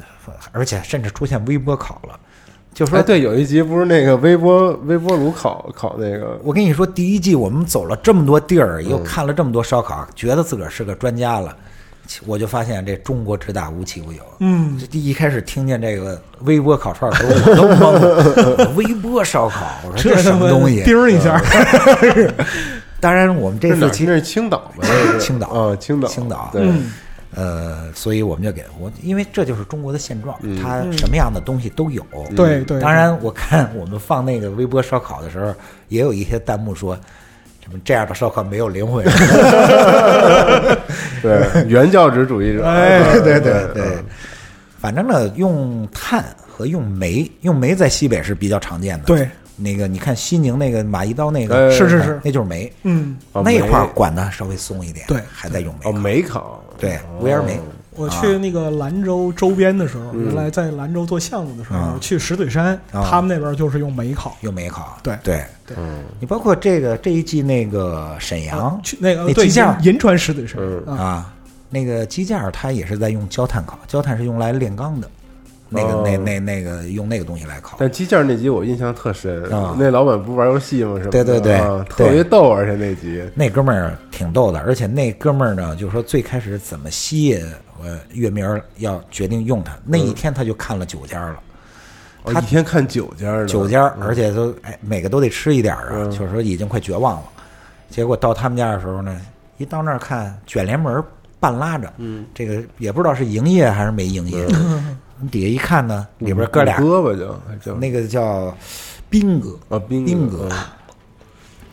而且甚至出现微波烤了，就说哎，对，有一集不是那个微波微波炉烤烤那个，我跟你说，嗯第一季我们走了这么多地儿，又看了这么多烧烤，觉得自个儿是个专家了。我就发现这中国之大无奇不有。嗯，这第一开始听见这个微波烤串儿的时候，我都懵了。 <laughs> 微波烧烤，我说这什么东西？啊叮儿一下，当然，我们这这哪次儿其那实是青岛吧？那是 <laughs> 青岛啊，青岛，青岛对，嗯，呃，所以我们就给我，因为这就是中国的现状，嗯它什么样的东西都有。嗯对对，当然，我看我们放那个微波烧烤的时候，也有一些弹幕说，什么这样的烧烤没有 <laughs> 灵魂。对，原教旨主义者，哎对对对，反正呢，用炭和用煤，用煤在西北是比较常见 <laughs> 的。对，那个你看西宁那个马一刀那哎个，是是是，那就是煤，嗯，哦那煤块儿管的稍微松一点，对还在用 <laughs> 煤哦，烤，煤烤，对，无烟煤，我去那个兰州周边的时候，原来在兰州做项目的时候，嗯去石嘴山，啊他们那边就是用煤烤。用煤烤，对对对你包括这个这一季那个沈阳啊去那个啊那对鸡架银银川石嘴山嗯啊，啊，那个鸡架儿它也是在用焦炭烤，焦炭是用来炼钢的，那个哦那那那个用那个东西来烤，但机架那集我印象特深啊，那老板不玩游戏吗？什么的？对对对啊对特别逗，而且那集，那哥们儿挺逗的，而且那哥们儿呢，就是说最开始怎么吸引呃月明儿要决定用他，那一天他就看了九家了，哦他一天看九家呢，九家，而且都哎每个都得吃一点儿啊，嗯就是说已经快绝望了。结果到他们家的时候呢，一到那儿看卷帘门半拉着，嗯，这个也不知道是营业还是没营业，嗯 <laughs> 底下一看呢，里边哥俩五嗯哥吧就就那个叫斌哥啊斌哥斌哥，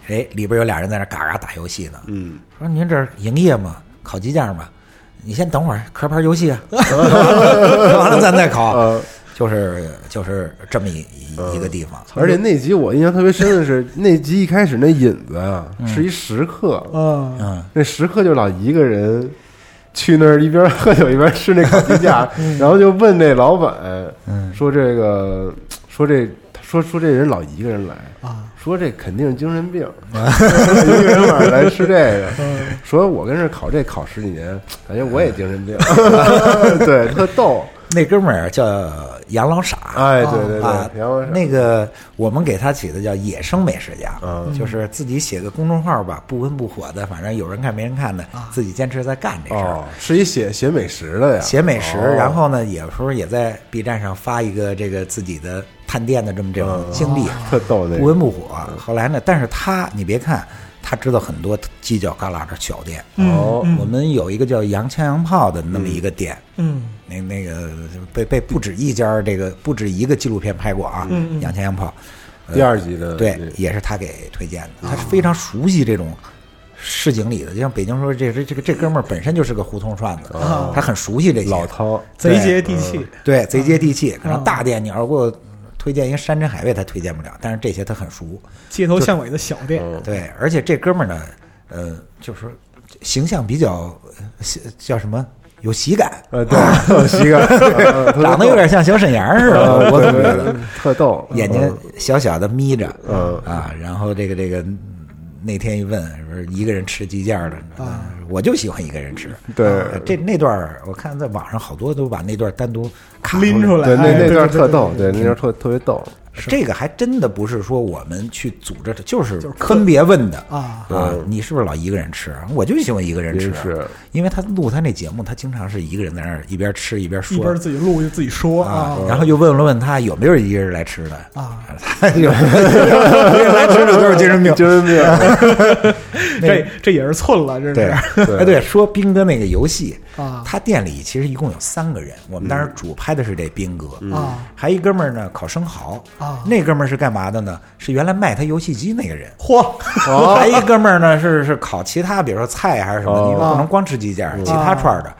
哎，里边有俩人在那嘎嘎打游戏呢，嗯，说您这儿营业吗？烤鸡架吗？你先等会儿，壳牌游戏 <laughs> 啊，完了咱再烤啊，就是就是这么一一嗯一个地方。而且那集我印象特别深的是，那集一开始那引子啊是一食客，嗯，嗯，那食客就老一个人去那儿一边喝酒一边吃那烤鸡 <laughs> 架，嗯然后就问那老板说这个说这说说这人老一个人来啊。说这肯定是精神病，啊一个人晚上 <laughs> 来吃这个，嗯 <laughs> 说我跟这儿烤这烤十几年，感觉我也精 <laughs> 神病，对，特逗，那哥们儿叫杨老傻，哎，对对啊对，然后是那个我们给他起的叫“野生美食家”，嗯就是自己写个公众号吧，不温不火的，反正有人看没人看的，啊自己坚持在干这事儿。哦，是一写写美食的呀，写美食，哦然后呢，有时候也在 B 站上发一个这个自己的探店的这么这嗯种经哦历，特逗那不个，温不火。后来呢，但是他你别看他知道很多犄角旮旯的小店，哦嗯我们有一个叫“洋枪洋炮”的那么一个店，嗯那那个被被不止一家儿这个不止一个纪录片拍过啊，嗯嗯洋枪洋炮，呃第二集的对那，也是他给推荐啊的，他是非常熟悉这种市井里的，就像北京说这这这个这哥们儿本身就是个胡同串子，哦他很熟悉这些，嗯老饕，贼接地气，嗯对贼接地气。可能大店你要给我推荐一个山珍海味，他推荐不了，但是这些他很熟，街头巷尾的小店，嗯对，而且这哥们儿呢，呃，就是说形象比较呃叫什么有喜感，呃， <laughs> 对，西哥长得有点像小沈阳 <laughs> 似的，呃 <laughs> 我对怎么对觉得？对特逗， <laughs> 嗯眼睛小小的眯着，嗯啊，然后这个这个那天一问，说一个人吃鸡架的，啊我就喜欢一个人吃。对呃这那段儿我看在网上好多都把那段单独卡拎出来。对，来，那哎那段特，对对对对逗，对，那段特特别逗，这个还真的不是说我们去组织的，就是就是客分别问的啊你是不是老一个人吃？我就喜欢一个人吃真是，因为他录他那节目，他经常是一个人在那儿一边吃一边一说，边自己录就自己说啊啊，，然后又问了问他有没有一个人来吃的 <laughs> 啊，他有来吃的都 <laughs> 是精神 <laughs> 病。精神病， <laughs> 这这也是寸了，这 <laughs> 对，是对哎，对，说斌哥那个游戏啊他店里其实一共有三个人，我们嗯当时主拍的是这斌哥，啊，还一哥们儿呢烤生蚝啊那哥们儿是干嘛的呢？是原来卖他游戏机那个人。 <laughs> 嚯，还一哥们儿呢是是烤其他，比如说菜还是什么的，哦因为不能光吃鸡架，其他串儿啊的。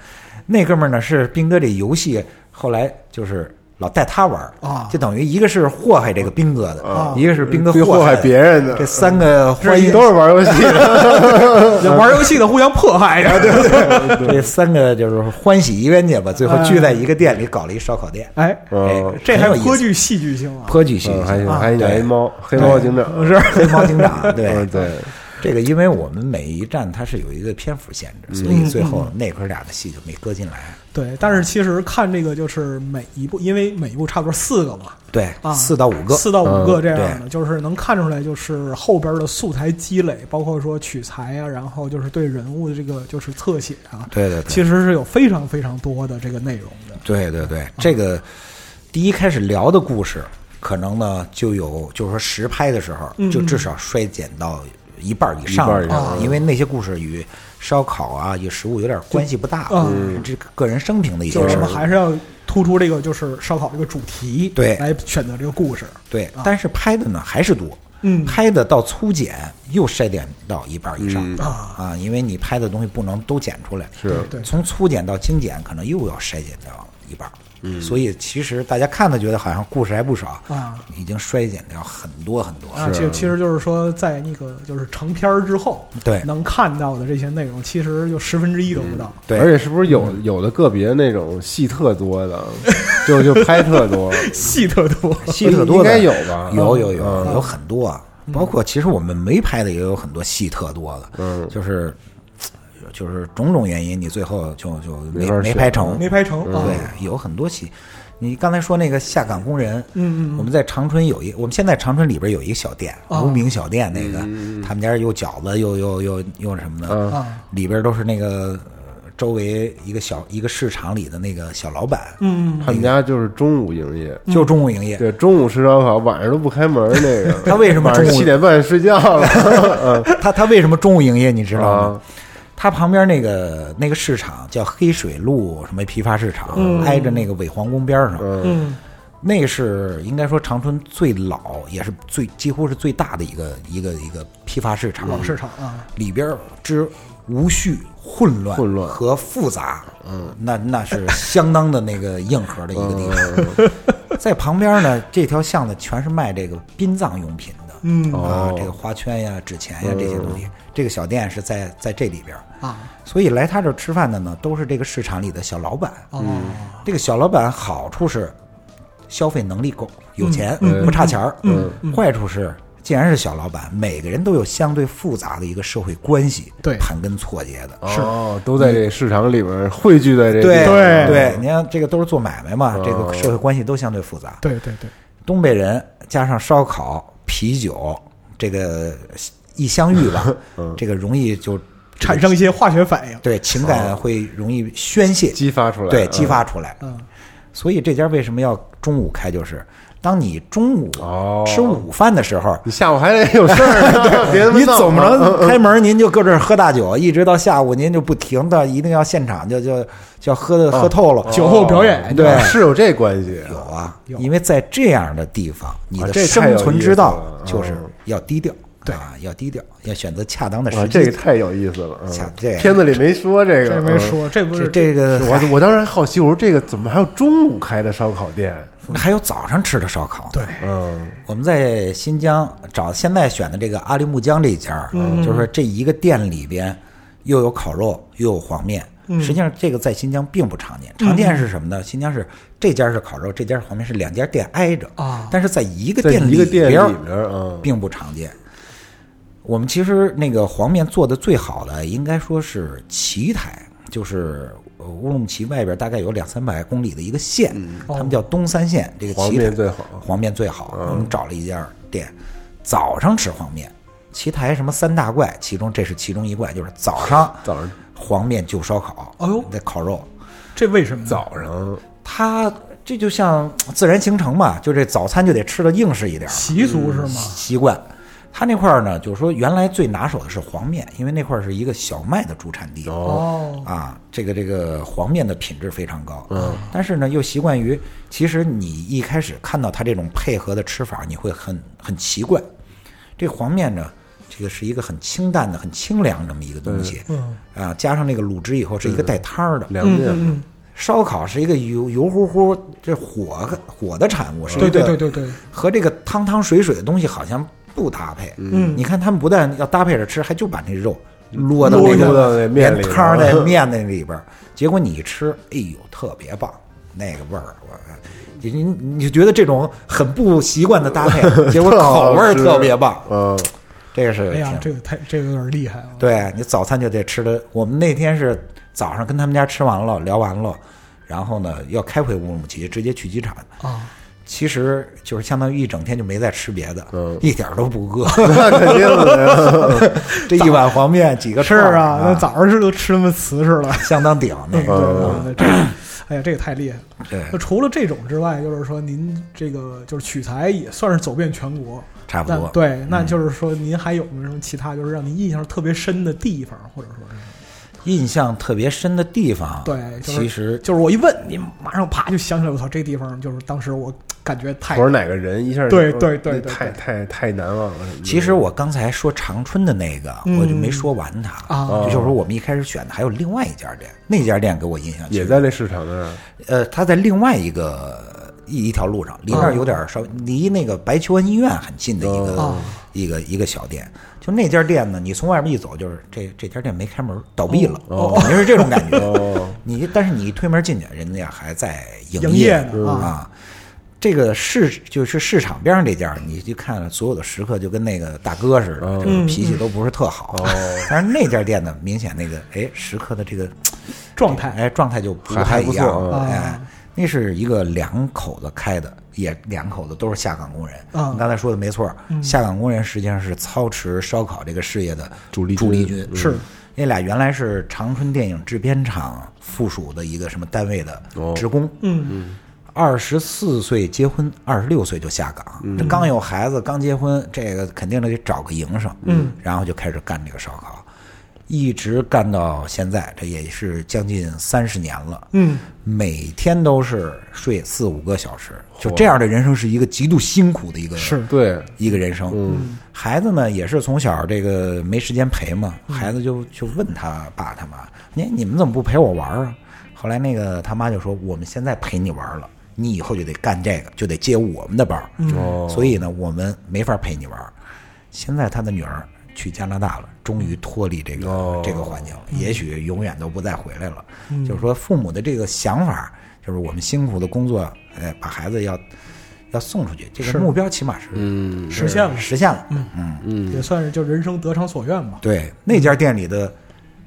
那哥们儿呢是斌哥这游戏后来就是老带他玩儿啊就等于一个是祸害这个斌哥的，啊一个是斌哥祸害的别人的这，三个欢迎都是玩游 <laughs> 戏的，玩游戏的互相迫害着， <laughs> 对对对，这三个就是欢喜冤家吧，最后聚在一个店里搞了一烧烤店，哎，嗯，这还很有意颇思具戏剧性啊， <laughs> 颇具戏剧嗯还性有还有对 <laughs> 黑猫，黑猫警长 <laughs> 是黑猫警长，嗯对对，这个因为我们每一站它是有一个篇幅限嗯制，所以最后那哥俩的戏就没搁进来。对，但是其实看这个就是每一部，因为每一部差不多四个嘛，对啊，四到五个，嗯四到五个这样的，对就是能看出来，就是后边的素材积累，包括说取材啊，然后就是对人物的这个就是侧写啊，对对对，其实是有非常非常多的这个内容的。对对嗯对，这个第一开始聊的故事，可能呢就有，就是说实拍的时候，就至少衰减到一半儿以嗯上一半儿以上嗯了因为那些故事与烧烤啊、与食物有点关系不大，就嗯这个个人生平的一些就是事我儿们。还是要突出这个就是烧烤这个主题，对来选择这个故事。对，但是拍的呢还是多，嗯拍的到粗剪又筛减到一半儿以上、嗯啊啊，因为你拍的东西不能都剪出来，是对从粗剪到精简，可能又要筛减掉一半儿。所以其实大家看的觉得好像故事还不少啊，已经衰减掉很多很多。啊，就其实就是说，在那个就是成片儿之后，对能看到的这些内容，其实就十分之一都不到。对，而且是不是有有的个别那种戏特多的，就就拍特 <laughs> 多，戏特多，戏特多应的该有吧？ <laughs> 有有有、嗯有很多啊，包括其实我们没拍的也有很多戏特多的，嗯就是就是种种原因，你最后就就没没法没选嗯拍成，没拍成啊。对，有很多戏。你刚才说那个下岗工人，嗯我们在长春有一，我们现在长春里边有一个小店，啊无名小店，那个嗯他们家又饺子又又又又什么的，啊里边都是那个呃周围一个小一个市场里的那个小老板，嗯，他们家就是中午营业，就中午营业，对，中午吃烧烤，晚上都不开门那个。他为什么晚上中午七点半睡觉 <laughs> 了？ <laughs> 他他为什么中午营业？你知嗯道吗啊？，他旁边那个那个市场叫黑水路什么批发市场，挨着那个伪皇宫边上，嗯嗯那个是应该说长春最老也是最几乎是最大的一个一个一个批发市场，老嗯市场啊，里边之无序、混乱、混乱和复杂，嗯，那那是相当的那个硬核的一个地嗯方。在旁边呢，这条巷子全是卖这个殡葬用品的，嗯啊哦，嗯这个花圈呀、纸钱呀这些东西。这个小店是在在这里边儿，啊所以来他这儿吃饭的呢，都是这个市场里的小老板。哦这个小老板好处是消费能力够，有钱、嗯嗯不差钱儿。嗯坏处是，既然是小老板，每个人都有相对复杂的一个社会关系，对盘根错节的。是哦，都在这市场里边汇聚在这个地嗯对方嗯对对，你看这个都是做买卖嘛，这个社会关系都相对复杂。对对对，东北人加上烧烤、啤酒，这个一相遇吧，这个容易就产生一些化学反应。对情感会容易宣泄，激发出来，对嗯激发出来。嗯所以这家为什么要中午开？就是当你中午哦吃午饭的时候，你下午还得有事儿 <laughs> 呢，别他妈你闹总不啊能开门您就搁这儿喝大酒，一直到下午您就不停的，一定要现场就就就嗯要喝的喝透哦了。酒后表演对是有这关系。有啊，有因为在这样的地方，你的啊这太有生存之意道思了嗯就是要低调，对啊，要低调，要选择恰当的时啊，机。这个太有意思了。下嗯这个片子里没说这个，这没说，这不这是呃这个嗯。是我我当然好奇，我说这个怎么还有中午开的烧烤店？还有早上吃的烧烤，对嗯，我们在新疆找现在选的这个阿里木江这一家，就是说这一个店里边又有烤肉又有黄面。实际上，这个在新疆并不常见。常见是什么呢？新疆是这家是烤肉，这家是黄面，是两家店挨着啊但是在一个在店一个店边儿里边儿，嗯，并不常见。我们其实那个黄面做的最好的，应该说是奇台，就是呃乌鲁木齐外边大概有两三百公里的一个县，他们叫东三县。这个黄奇台面最好黄面最好。我们找了一家店，早上吃黄面。奇台什么三大怪，其中这是其中一怪，就是早上早上黄面就烧烤，哎呦那烤肉，这为什么呢？早上它这就像自然形成嘛，就这早餐就得吃的硬实一点儿。习俗是吗？习惯。他那块儿呢，就是说原来最拿手的是黄面，因为那块儿是一个小麦的主产地。哦，啊，这个这个黄面的品质非常高，嗯，但是呢，又习惯于，其实你一开始看到它这种配合的吃法，你会很很奇怪。这黄面呢，这个是一个很清淡的、很清凉这么一个东西，嗯啊，加上那个卤汁以后是一个带汤儿的，凉面，嗯烧烤是一个油油乎乎这火火的产物，是一对个对对对对，和这个汤汤水水的东西好像不搭配。嗯你看他们不但要搭配着吃，还就把那肉落到落那到那个面里连汤儿在面那里边儿，结果你一吃，哎呦，特别棒，那个味儿，我你你你就觉得这种很不习惯的搭配，结果口味儿特别棒，嗯，这个是哎呀挺，这个太这个有点厉害了。对你早餐就得吃的。我们那天是早上跟他们家吃完了，聊完了，然后呢要开回乌鲁木齐，直接去机场。啊，其实就是相当于一整天就没再吃别的，嗯一点儿都 <laughs> 不饿。那肯定的呀。这一碗黄面几个是串儿嗯啊，那早上是都吃那么瓷实了。哎相当顶那对个。对对，这个哎呀，这个太厉害了。对，那除了这种之外，就是说您这个就是取材也算是走遍全国，差不那多。嗯对，那就是说您还有没有什么其他就是让您印象特别深的地方，或者说是印象特别深的地方，对就是其实就是我一问您，马上啪就想起来，我操，这地方就是当时我感觉太或者哪个人一下就对对对对对太太太难忘了。嗯什么的其实我刚才说长春的那个，嗯我就没说完它。啊哦就是说，我们一开始选的还有另外一家店，那家店给我印象也深在那市场那儿，呃，它在另外一个一一条路上，离那儿有点儿稍微离那个白求恩医院很近的一个、嗯哦一个一个小店。就那家店呢，你从外面一走，就是这这家店没开门，倒闭了，哦肯定是这种感觉。哦你但是你一推门进去，人家还在营营业呢嗯啊。这个市就是市场边上这家，你就看了所有的食客就跟那个大哥似嗯的，就是脾气都不是特好。哦但是那家店呢，明显那个哎，食客的这个状态哎，状态就不还太还一不样错了。啊哎，那是一个两口子开的，也两口子都是下岗工人。啊你刚才说的没错儿，下岗工人实际上是操持烧烤这个事业的主力主力军军。是嗯那俩原来是长春电影制片厂附属的一个什么单位的哦职工。嗯二十四岁结婚，二十六岁就下岗。这刚有孩子，刚结婚，这个肯定得找个营生。嗯，然后就开始干这个烧烤，一直干到现在，这也是将近三十年了。嗯，每天都是睡四五个小时，就这样的人生是一个极度辛苦的一个是对，一个人生。嗯，孩子呢也是从小这个没时间陪嘛，孩子就就问他爸他妈，你你们怎么不陪我玩儿啊？后来那个他妈就说，我们现在陪你玩了，你以后就得干这个，就得接我们的班儿。哦，所以呢，我们没法陪你玩儿。现在他的女儿去加拿大了，终于脱离这个、哦这个环境了，也许永远都不再回来了。就是说，父母的这个想法，就是我们辛苦的工作，哎，把孩子要要送出去，这是个目标起码是嗯是实现了实现了。嗯，也算是就人生得偿所愿吧。对，那家店里的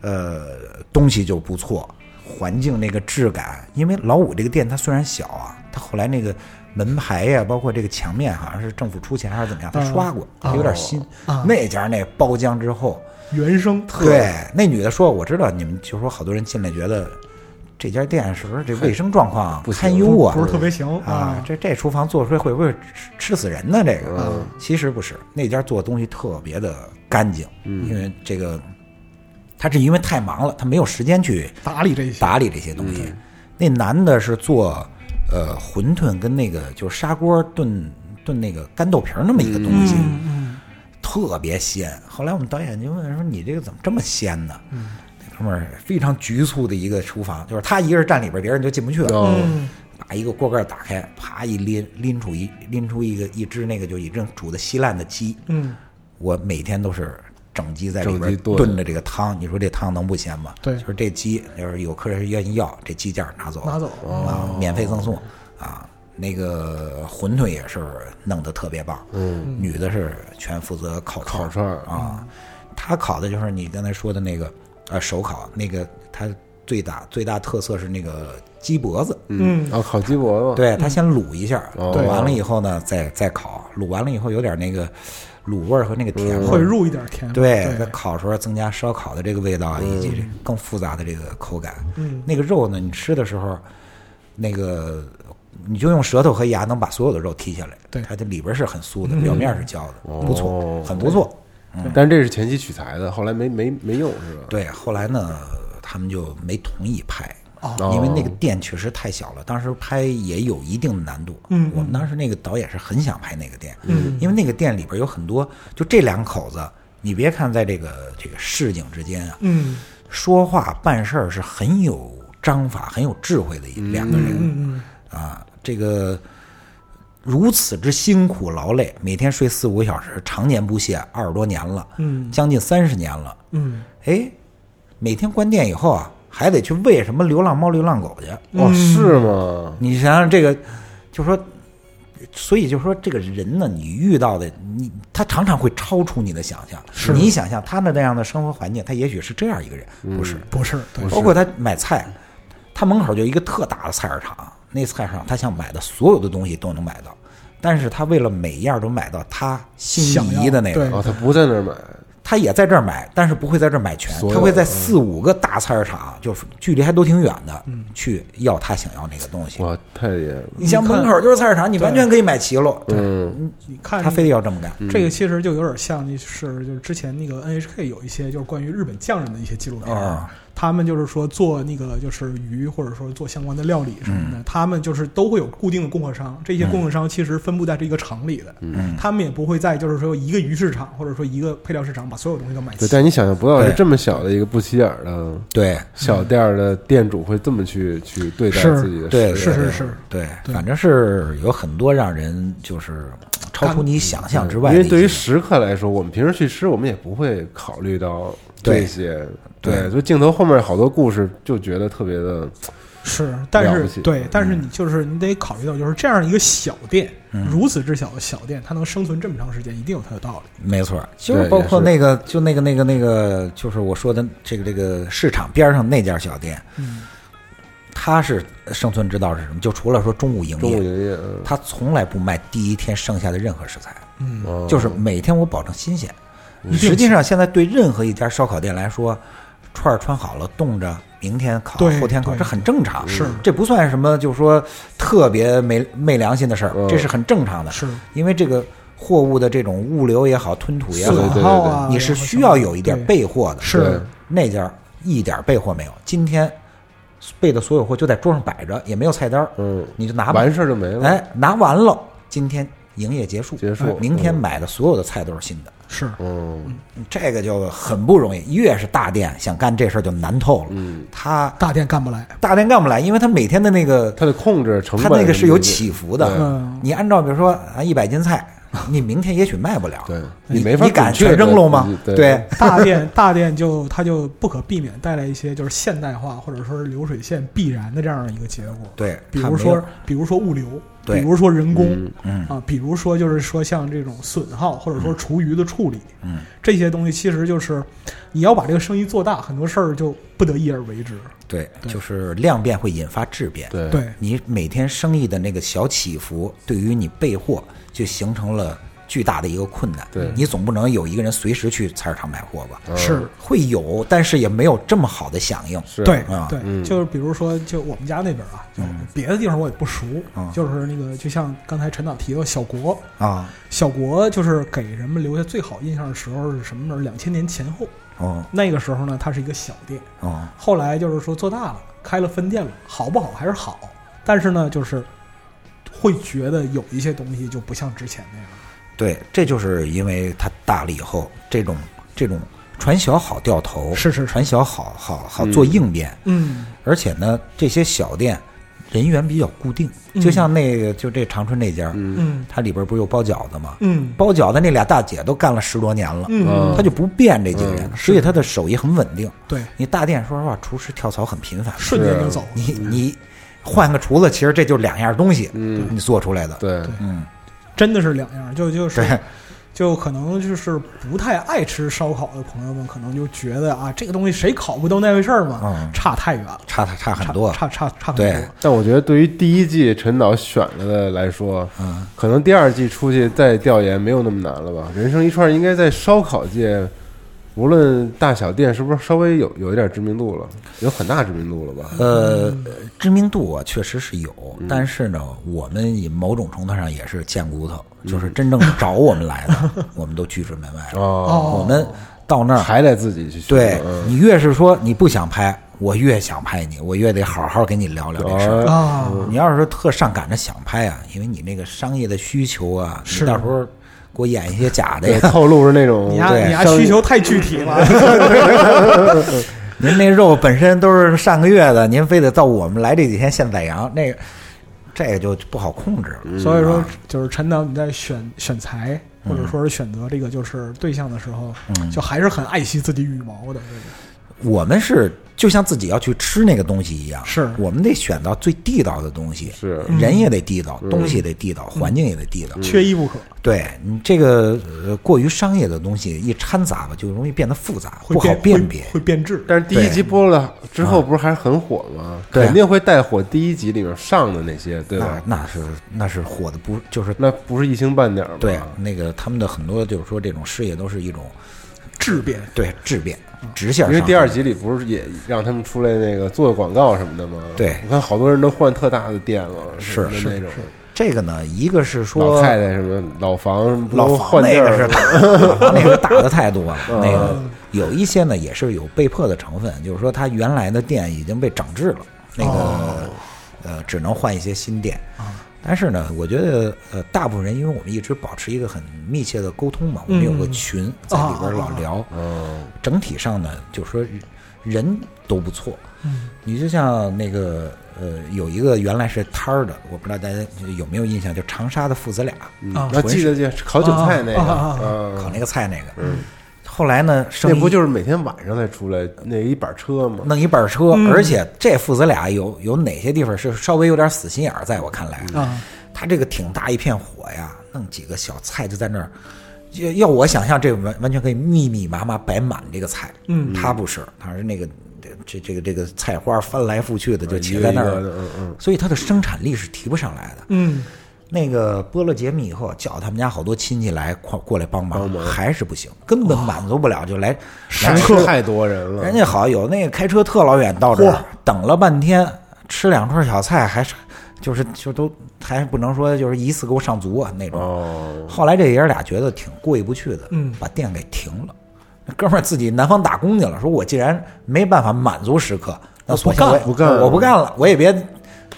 呃东西就不错，环境那个质感，因为老五这个店它虽然小啊，它后来那个门牌呀、包括这个墙面，好像是政府出钱还是怎么嗯样，他刷过，它有点新。啊那家那包浆之后，原生特对，那女的说，我知道你们就说好多人进来觉得这家店是不是这卫生状况不堪行忧啊？不是特别行啊，这这厨房做出来会不会吃吃死人呢？这个、嗯其实不是，那家做东西特别的干净，因为这个他是因为太忙了，他没有时间去打理这些嗯打理这些东西。那男的是做呃馄饨跟那个就是砂锅炖炖那个干豆皮儿那么一个东西，嗯嗯特别鲜。后来我们导演就问说：“你这个怎么这么鲜呢？”嗯那哥们儿非常局促的一个厨房，就是他一个人站里边，别人就进不去了。哦，嗯把一个锅盖打开，啪一拎拎出一拎出一个一只那个就已经煮的稀烂的鸡，嗯，我每天都是整鸡在里整边鸡炖炖着这个汤，你说这汤能不鲜吗？对就是这鸡要是有客人愿意要，这鸡架拿走拿走哦啊，免费赠送啊。那个馄饨也是弄得特别棒，嗯，女的是全负责烤串烤儿串儿啊，她烤的就是你刚才说的那个呃手烤，那个它最大最大特色是那个鸡脖子，嗯，啊，烤鸡脖子，对，他先卤一下，哦卤完了以后呢，再再烤。卤完了以后有点那个卤味儿和那个甜味会儿。入一点甜。对，在对，烤时候增加烧烤的这个味道，以及这更复杂的这个口感。嗯那个肉呢，你吃的时候，那个你就用舌头和牙能把所有的肉剔下来。对它这里边是很酥的，表面是焦的，不错哦，很不错。但是这是前期取材的，后来没没没用是嗯吧？对，后来呢，他们就没同意拍。哦因为那个店确实太小了，当时拍也有一定的难度。嗯嗯我们当时那个导演是很想拍那个店，嗯因为那个店里边有很多，就这两口子，你别看在这个这个市井之间啊，嗯说话办事儿是很有章法、很有智慧的一两个人。嗯啊，这个如此之辛苦劳累，每天睡四五个小时，常年不懈，二十多年了，嗯将近三十年了。嗯哎，每天关店以后啊，还得去喂什么流浪猫、流浪狗去。哦，是吗？你想想这个，就说所以就是说，这个人呢，你遇到的你，他常常会超出你的想象。是你想象他的那样的生活环境，他也许是这样一个人，不是？不是，对不是包括他买菜，他门口就一个特大的菜市场，那菜市场他想买的所有的东西都能买到，但是他为了每一样都买到他心想仪要的那个对，哦，他不在那儿买，他也在这儿买，但是不会在这儿买全，所有他会在四五个大菜市场，就是距离还都挺远的，去要他想要那个东西。嗯哇，太厉害了，你像门口就是菜市场，你完全可以买齐了，嗯，你看他非得要这么干。这个其实就有点像，就是就是之前那个 NHK 有一些就是关于日本匠人的一些纪录片，啊他们就是说做那个就是鱼或者说做相关的料理什么的，他们就是都会有固定的供货商，这些供货商其实分布在这一个厂里的，他们也不会在就是说一个鱼市场或者说一个配料市场把所有东西都买对，齐。但你想象不到，对是这么小的一个不起眼儿的对小店儿的店主会这么去去对待是自己的对，事是业是对是对，反正是有很多让人就是超出你想象之外因的一为些。对于食客来说，我们平时去吃，我们也不会考虑到这对些。对对，所以镜头后面好多故事，就觉得特别的，是，但了不是起对，但是你就是你得考虑到，就是这样一个小店，如此之小的小店，它能生存这么长时间，一定有它的道理。没错，就是对包也括是那个，就那个那个那个，就是我说的这个这个市场边上那家小店，嗯，它是生存之道是什么？就除了说中午营中午业，营业，它从来不卖第一天剩下的任何食材，嗯嗯就是每天我保证新鲜。一定实际上，现在对任何一家烧烤店来说，串儿穿好了冻着，明天烤，对后天烤，对这很正常。是这不算什么，就是说特别没没良心的事儿，嗯这是很正常的。是因为这个货物的这种物流也好，吞吐也对好对，损耗啊，你是然后需要什么有一点对备货的。对是那家一点备货没有，今天备的所有货就在桌上摆着，也没有菜单儿，嗯，你就拿吧。完事儿就没了。哎，拿完了，今天营业结束，结束哎明天嗯买的所有的菜都是新的。是嗯，这个就很不容易，越是大店想干这事儿就难透了。嗯，他大店干不 <laughs> 来。大店干不来，因为他每天的那个它的控制成他本，那个是有起伏的。对嗯你按照比如说啊一百斤菜，你明天也许卖不了，对你你没法你敢准确地全扔喽吗估计？对对大店大店就它就不可避免带来一些就是现代化或者说是流水线必然的这样的一个结果。，对，比他如没有说比如说物流，对比如说人工，嗯啊，比如说就是说像这种损耗或者说厨余的处理，嗯，这些东西其实就是你要把这个生意做大，很多事儿就不得已而为之。对，对就是量变会引发质变。对对，你每天生意的那个小起伏，对于你备货就形成了巨大的一个困难。对你总不能有一个人随时去菜市场买货吧？嗯是会有，但是也没有这么好的响应。是对啊对，嗯就是比如说，就我们家那边啊，就别的地方我也不熟啊，就是那个，就像刚才陈导提到小国，啊，小国就是给人们留下最好印象的时候是什么呢？两千年前后，哦那个时候呢，它是一个小店，哦，后来就是说做大了，开了分店了，好不好还是好，但是呢，就是会觉得有一些东西就不像之前那样。对，这就是因为它大了以后，这种这种传小好掉头，是是是传小好好好做应变，嗯，而且呢，这些小店人员比较固定，嗯就像那个就这长春那家，嗯它里边不是有包饺子吗？嗯包饺子那俩大姐都干了十多年了，嗯，她就不变这几个人，所以她的手艺很稳定。对，你大店说实话，厨师跳槽很频繁，瞬间就走了。你你换个厨子，其实这就两样东西，嗯你做出来的。对对嗯，真的是两样，就就是对就可能就是不太爱吃烧烤的朋友们，可能就觉得啊，这个东西谁烤不都那回事儿吗？嗯差太远了，差差差很差多。差差差很多。对但我觉得对于第一季陈导选了的来说，嗯，可能第二季出去再调研没有那么难了吧？人生一串应该在烧烤界，无论大小店是不是稍微有有一点知名度了，有很大知名度了吧？呃，知名度啊，确实是有，嗯但是呢，我们也某种程度上也是贱骨头，嗯就是真正找我们来的， <laughs> 我们都拒之门外了。哦，我们到那儿还得自己去选对嗯你越是说你不想拍，我越想拍你，我越得好好跟你聊聊这事儿。啊，你要是说特上赶着想拍啊，因为你那个商业的需求啊，你是到时候给我演一些假的对，呀。透露是那种你呀对你呀商需求太具体了， <laughs> 您那肉本身都是上个月的，您非得到我们来这几天现宰羊，那个这个就不好控制了。嗯所以说就是陈导你在选选材或嗯者说是选择这个就是对象的时候，就还是很爱惜自己羽毛的。这个我们是就像自己要去吃那个东西一样，是我们得选到最地道的东西，是嗯人也得地道，东西也得地道，环境也得地道。缺一不可，对你这个呃过于商业的东西一掺杂吧，就容易变得复杂，会不好变辨别会。会变质。但是第一集播了之后，不是还是很火吗？对啊肯定会带火第一集里面上的那些，对那吧？那是那是火的不就是那不是一星半点儿吗？对那个他们的很多就是说这种事业都是一种嗯质变，对质变直线因上为升。第二集里不是也让他们出来那个做广告什么的吗？对我看好多人都换特大的店了，是什么的那种这个呢，一个是说老太太什么老房老换房地那儿个是打，那个打的太多了。那个有一些呢也是有被迫的成分，就是说他原来的店已经被整治了，那个、呃只能换一些新店。但是呢，我觉得呃，大部分人因为我们一直保持一个很密切的沟通嘛，我们有个群在里边老聊，嗯整体上呢，就是说人都不错。嗯，你就像那个呃，有一个原来是摊儿的，我不知道大家有没有印象，就长沙的父子俩啊那记得记得烤韭菜那个，啊啊啊烤嗯，那个菜那个。后来呢，生那意不就是每天晚上才出来那一板车吗？弄一板车，嗯而且这父子俩有有哪些地方是稍微有点死心眼儿？在我看来啊，他这个挺大一片火呀，弄几个小菜就在那儿，要要我想象，这完完全可以密密麻麻摆满这个菜。嗯，他不是，他是那个这这个这个菜花翻来覆去的就一切个在那啊一儿个的，嗯嗯，所以它的生产力是提不上来的。 <laughs> 嗯，那个波了解密以后，叫他们家好多亲戚来过过来帮忙，帮忙还是不行，根本满足不了，就来来来吃太多人了，人家好有那个开车特老远到这儿，等了半天，吃两串小菜还是就是就都还不能说就是一次给我上足啊那种。哦，后来这爷儿俩觉得挺过意不去的，嗯把店给停了。那哥们儿自己南方打工去了，说我既然没办法满足食客，那索性我我也不干了我不干了，我也别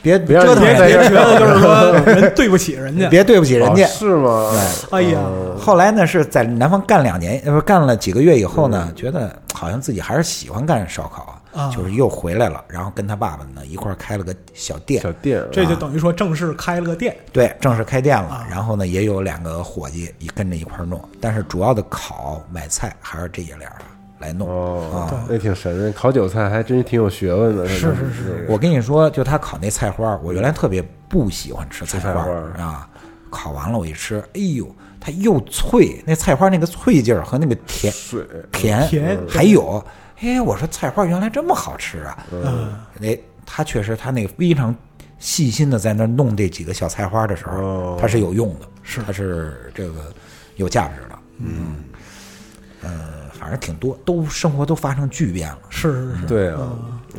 别别让折腾人别家人家别觉得就是说人对不起人家，别对嗯不起人家哦。是吗？哎呀，后来呢，是在南方干两年，呃，不是干了几个月以后呢，觉得好像自己还是喜欢干烧烤啊就是又回来了，然后跟他爸爸呢一块儿开了个小店小，店，这就等于说正式开了个店，对，正式开店了啊。然后呢，也有两个伙计也跟着一块儿弄，但是主要的烤买菜还是这爷俩来弄啊。哦，那挺神的，烤韭菜还真挺有学问的，是是是，我跟你说，就他烤那菜花儿，我原来特别不喜欢吃菜菜花花儿儿啊。烤完了我一吃，哎呦，它又脆，那菜花儿那个脆劲儿和那个甜水甜甜嗯还有，哎，我说菜花原来这么好吃啊！哎，他确实，他那个非常细心的在那儿弄这几个小菜花的时候哦，它是有用的，是它是这个有价值的，嗯，呃，反正挺多，都生活都发生巨变了，是是是对啊，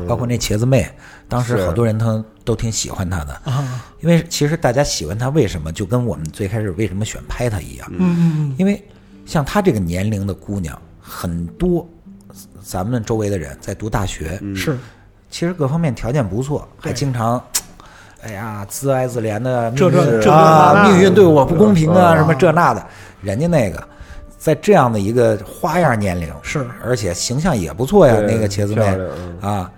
包括那茄子妹，当时是好多人他都挺喜欢她的，啊，因为其实大家喜欢她，为什么就跟我们最开始为什么选拍她一样，嗯嗯因为像她这个年龄的姑娘，很多咱们周围的人在读大学，嗯，是其实各方面条件不错，还对经常，哎呀，自哀自怜的，这命运这这啊，那那命运对我不公平啊，嗯什么这那的，人家那个。在这样的一个花样年龄，是而且形象也不错呀，对那个茄子妹漂亮嗯啊，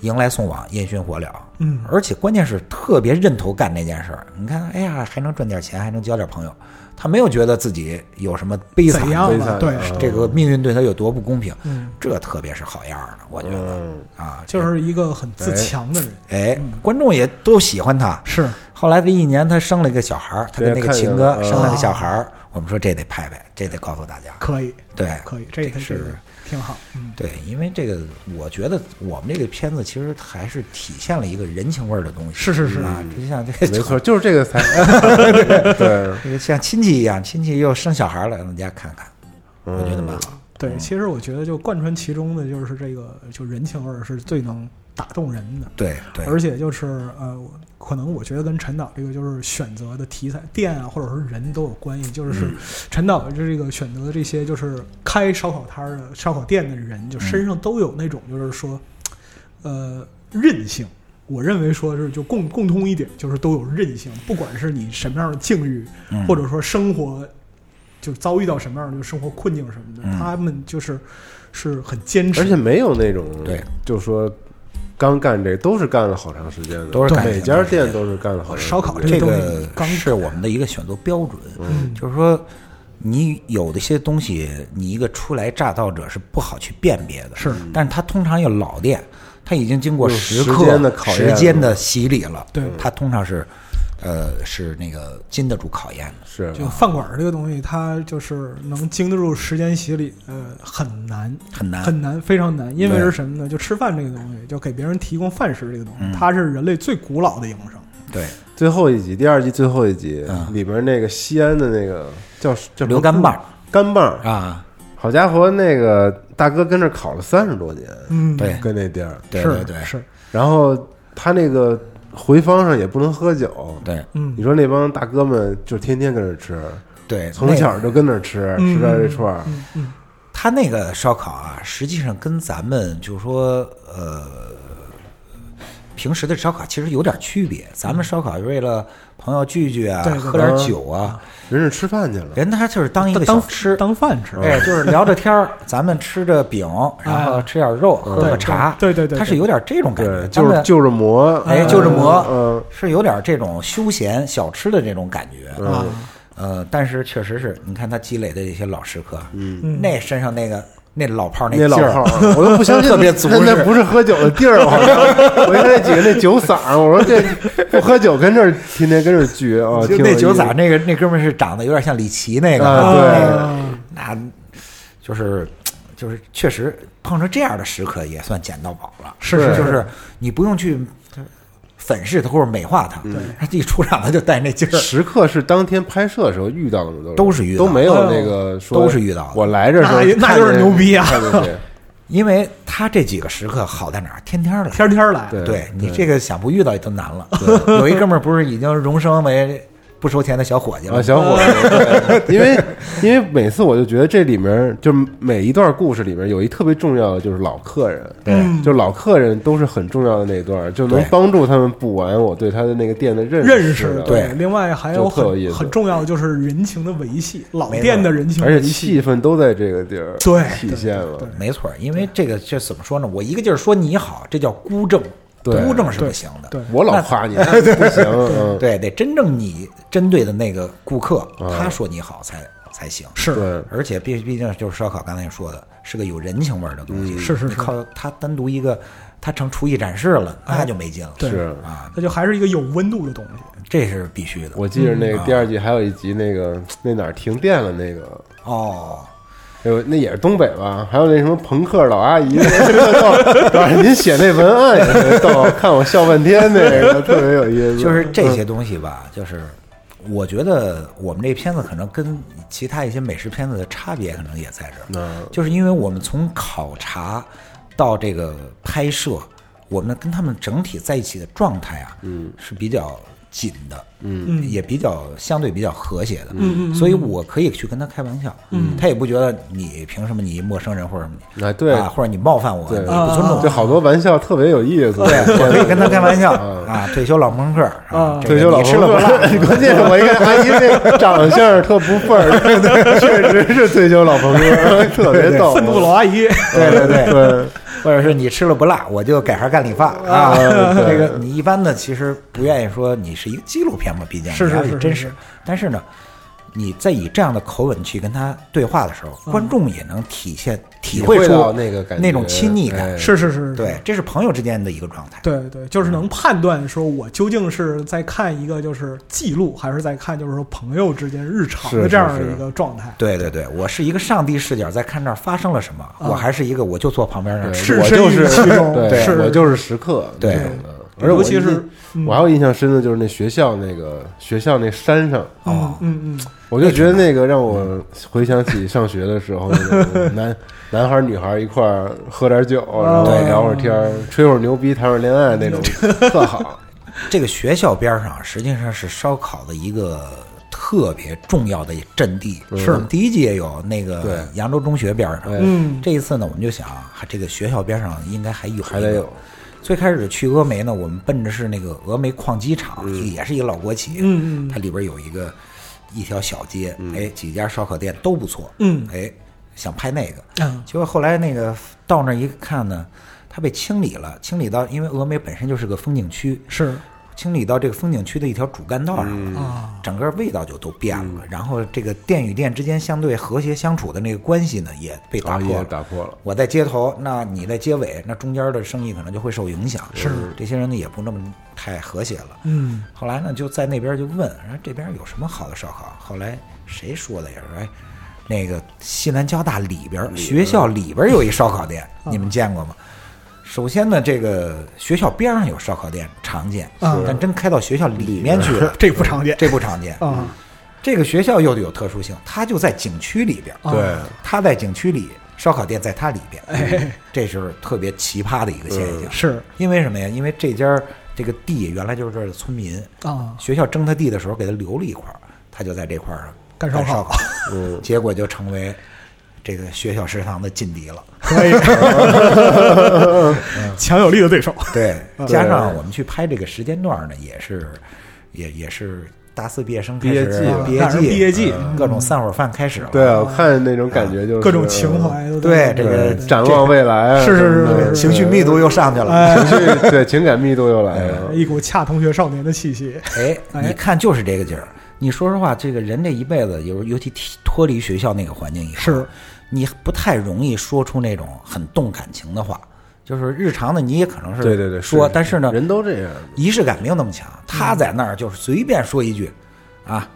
迎来送往，烟熏火燎，嗯而且关键是特别认头干这件事儿。你看，哎呀，还能赚点钱，还能交点朋友，他没有觉得自己有什么悲惨怎样悲了？惨对，啊这个命运对他有多不公平，嗯这特别是好样儿的，我觉得、嗯，啊，就是一个很自强的人，哎，观众也都喜欢他。是后来这一年，他生了一个小孩儿，他对跟那个秦看啊哥见了生了个小孩儿。我们说这得拍拍，这得告诉大家。可以，对，可以，这个这个是挺好，嗯，对，因为这个，我觉得我们这个片子其实还是体现了一个人情味儿的东西。是是是啊，就像这没个，错，就是这个才，对，这个像亲戚一样，亲戚又生小孩儿了，让大家看看，我觉得蛮好。对，其实我觉得就贯穿其中的就是这个，就人情味儿是最能打动人的，对对，而且就是呃，我可能我觉得跟陈导这个就是选择的题材、店啊，或者是人都有关系。就是嗯陈导这个选择的这些，就是开烧烤摊儿啊的、烧烤店的人，就身上都有那种就是说，呃，韧性。我认为说是就共共通一点，就是都有韧性，不管是你什么样的境遇，嗯或者说生活就是遭遇到什么样的生活困境什么的，嗯他们就是是很坚持，而且没有那种，对，就说刚干这都是干了好长时间的，都是干每家店都是干了好长时间烧烤这啊这个东个西刚是我们的一个选择标准，嗯就是说你有的些东西，你一个初来乍到者是不好去辨别的。是，但是它通常有老店，它已经经过有时时刻间的考验时间的洗礼了。对它通常是，呃，是那个经得住考验的。是就饭馆儿这个东西，它就是能经得住时间洗礼，呃，很难，很难很难，非常难。因为对是什么呢？就吃饭这个东西，就给别人提供饭食这个东嗯西，它是人类最古老的营生。对，最后一集，第二季最后一集嗯里边那个西安的那个叫叫留干棒干棒，啊，好家伙，那个大哥跟那儿烤了三十多年，嗯，对跟那地儿，对是对对是，然后他那个回坊上也不能喝酒，对嗯你，说那帮大哥们就天天跟那儿吃，对，从那小就跟那儿吃，嗯吃到这串儿，嗯嗯，他那个烧烤啊，实际上跟咱们就是说，呃，平时的烧烤其实有点区别。咱们烧烤是为了朋友聚聚啊，对对喝点酒啊，人是吃饭去了，人他就是当一个小当吃，当哦饭哦吃，哎，就是聊着天儿，咱们吃着饼，然后吃点肉，喝个茶，哎对对对对他是有点这种感觉，对，就是咱们就着磨，哎，嗯就着磨，嗯，是有点这种休闲小吃的这种感觉，嗯啊，呃，但是确实是你看他积累的这些老食客，嗯那身上那个那老炮儿那老劲儿炮，儿，我都不相信，特别足那是那不是喝酒的地儿。我说，我一看那几个那酒嗓儿，我说这不喝酒跟这儿天天跟这儿聚啊，就挺有那意思酒嗓，那个那哥们儿是长得有点像李琦那个，啊哎那个那就是就是确实碰上这样的时刻也算捡到宝了，是是就是你不用去粉饰他或者美化他，嗯他一出场他就带那劲儿，时刻是当天拍摄的时候遇到的吗？都都是遇到都的哎没有那个说都是遇到的我来这时候那也那就是看见牛逼啊看见谁因为他这几个时刻好在哪儿，天天儿来。天天来，对对你这个想不遇到也都难了。 <laughs> 有一哥们儿不是已经荣升为不收钱的小伙计了啊，，小伙呃子， <laughs> 对因为因为每次我就觉得这里面就每一段故事里面有一特别重要的就是老客人，嗯就老客人都是很重要的那一段，就能对帮助他们补完我对他的那个店的认认识的对另外还有就特有意很思很重要的就是人情的维系，老没错店的人情而且维系，气氛都在这个地儿对体现了对对，没错儿，因为这个这怎么说呢？我一个劲儿说你好，这叫孤证，对孤证是不对行的。对我老夸 <laughs> 你不行，嗯对得真正你针对的那个顾客，他说你好才才行。是对而且毕毕竟就是烧烤，刚才也说的是个有人情味儿的东西，是是你是靠它单独一个，它成厨艺展示了，那就没劲了。对是。啊，它就还是一个有温度的东西。这是必须的。我记着那个嗯第二季还有一集，那个那哪儿停电了那个，哦，哎呦，那也是东北吧？还有那什么朋克老阿姨，特 <laughs> 逗，让您写那文案也特别逗，看我笑半天那个，特别有意思。就是这些东西吧，就是我觉得我们这片子可能跟其他一些美食片子的差别可能也在这儿，嗯就是因为我们从考察到这个拍摄，我们跟他们整体在一起的状态啊，嗯，是比较紧的，嗯，也比较相对比较和谐的，嗯所以我可以去跟他开玩笑，嗯，他也不觉得你凭什么你陌生人或者什么你。啊，对啊，或者你冒犯我，对你不尊重我就好多玩笑特别有意思。对，我可以跟他开玩笑啊，退休老朋克啊啊，这个 <laughs> 退休老你吃了不朋克辣，关键是我一看阿姨这长相特不份儿， <laughs> 确实是退休老朋克， <laughs> 特别哦逗。愤怒老阿姨，对对对，对， <laughs> 或者是你吃了不辣，我就改行干理发啊。 <laughs> 这个你一般的其实不愿意说你是一个纪录片嘛，毕竟是是你还是是真是实。但是呢，你在以这样的口吻去跟他对话的时嗯候，观众也能体现体体会出到那个感觉那种亲昵感哎。是是是，对，这是朋友之间的一个状态。对对，就是能判断说我究竟是在看一个就是记录，还是在看就是说朋友之间日常是的这样是的是一个状态。对对对，我是一个上帝视角在看这儿发生了什么，我还是一个我就坐旁边那儿吃是我就是嗯身临其中对是我就是时刻对那种的。而且我尤其是印嗯我还有印象深的就是那学校那个学校那山上，嗯嗯嗯，我就觉得那个让我回想起上学的时候，那种男男孩儿女孩儿一块儿喝点酒，然后对聊会儿天儿，吹会儿牛逼，谈会儿恋爱那种，特好。这个学校边上啊实际上是烧烤的一个特别重要的阵地。是我们第一季也有那对个扬州中学边上。哎嗯这一次呢，我们就想，啊还这个学校边上应该还有一个还得有。最开始去峨眉呢，我们奔着是那个峨眉矿机厂，也是一个老国企。嗯嗯它里边有一个一条小街，嗯哎，几家烧烤店都不错。嗯哎，想拍那个，嗯结果后来那个到那儿一看呢，它被清理了，清理到因为峨眉本身就是个风景区，是清理到这个风景区的一条主干道上了。嗯啊，整个味道就都变了，然后这个店与店之间相对和谐相处的那个关系呢，也被打啊破也了。打破了，我在街头，那你在街尾，那中间的生意可能就会受影响。是这些人呢也不那么太和谐了。嗯，后来呢，就在那边就问，说这边有什么好的烧烤？后来谁说的也是，哎，那个西南交大里边儿嗯学校里边儿有一烧烤店，你们见过吗？首先呢，这个学校边上有烧烤店常见，啊但真开到学校嗯里面去了，这不常见这不嗯常见。啊这个学校又有特殊性，它就在景区里边儿，啊对，它在景区里，烧烤店在它里边，哎这是特别奇葩的一个现象。是因为什么呀？因为这家儿这个地原来就是这儿的村民，啊，学校征他地的时候给他留了一块儿，他就在这块儿上干烧烤烧 <laughs> 烤，嗯，结果就成为这个学校食堂的劲敌了。可以，嗯强有力的对手， <laughs> <laughs> 对，加上我们去拍这个时间段呢，也是，也也是大四毕业生开始毕业季了毕赶上业季，毕业季嗯各种散伙饭开始了。对啊，我看那种感觉就是各种情，怀都在对里对这面个展望未来啊，是是什么的是是嗯情绪密度又上去了。哎，情绪对情感密度又来了，一股恰同学少年的气息，哎，哎你看就是这个劲儿。你说实话，这个人这一辈子，尤尤其脱离学校那个环境以后，是你不太容易说出那种很动感情的话。就是日常的你也可能是对对对，说，但是呢，人都这样，仪式感没有那么强。他在那儿就是随便说一句，啊，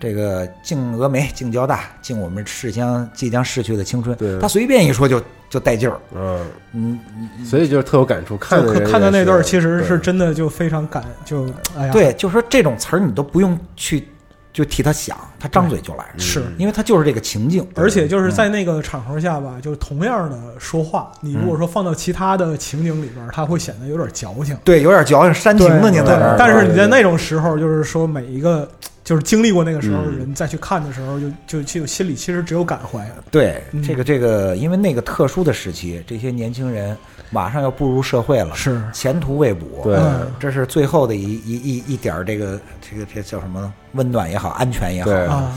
这个敬峨眉、敬交大、敬我们市乡即将逝去的青春对，他随便一说就就带劲儿。嗯，嗯，所以就是特有感触，看就的看看到那段儿其实是真。真的就非常感，就哎呀，对，就说这种词儿你都不用去就替他想，他张嘴就来，是。因为他就是这个情境。嗯而且嗯就是在那个场合下吧，就是同样的说话，你嗯如果说放到其他的情景里边儿，它会显得有点矫情。对，有点矫情煽情的，您对在那儿。但是你对在对那种时候，就是说每一个就是经历过那个时候的嗯人再去看的时候，就就就心里其实只有感怀。对嗯这个这个，因为那个特殊的时期，这些年轻人马上要步入社会了，是前途未卜，对嗯这是最后的一一一一点儿这个这个这叫什么呢？温暖也好，安全也好，对啊，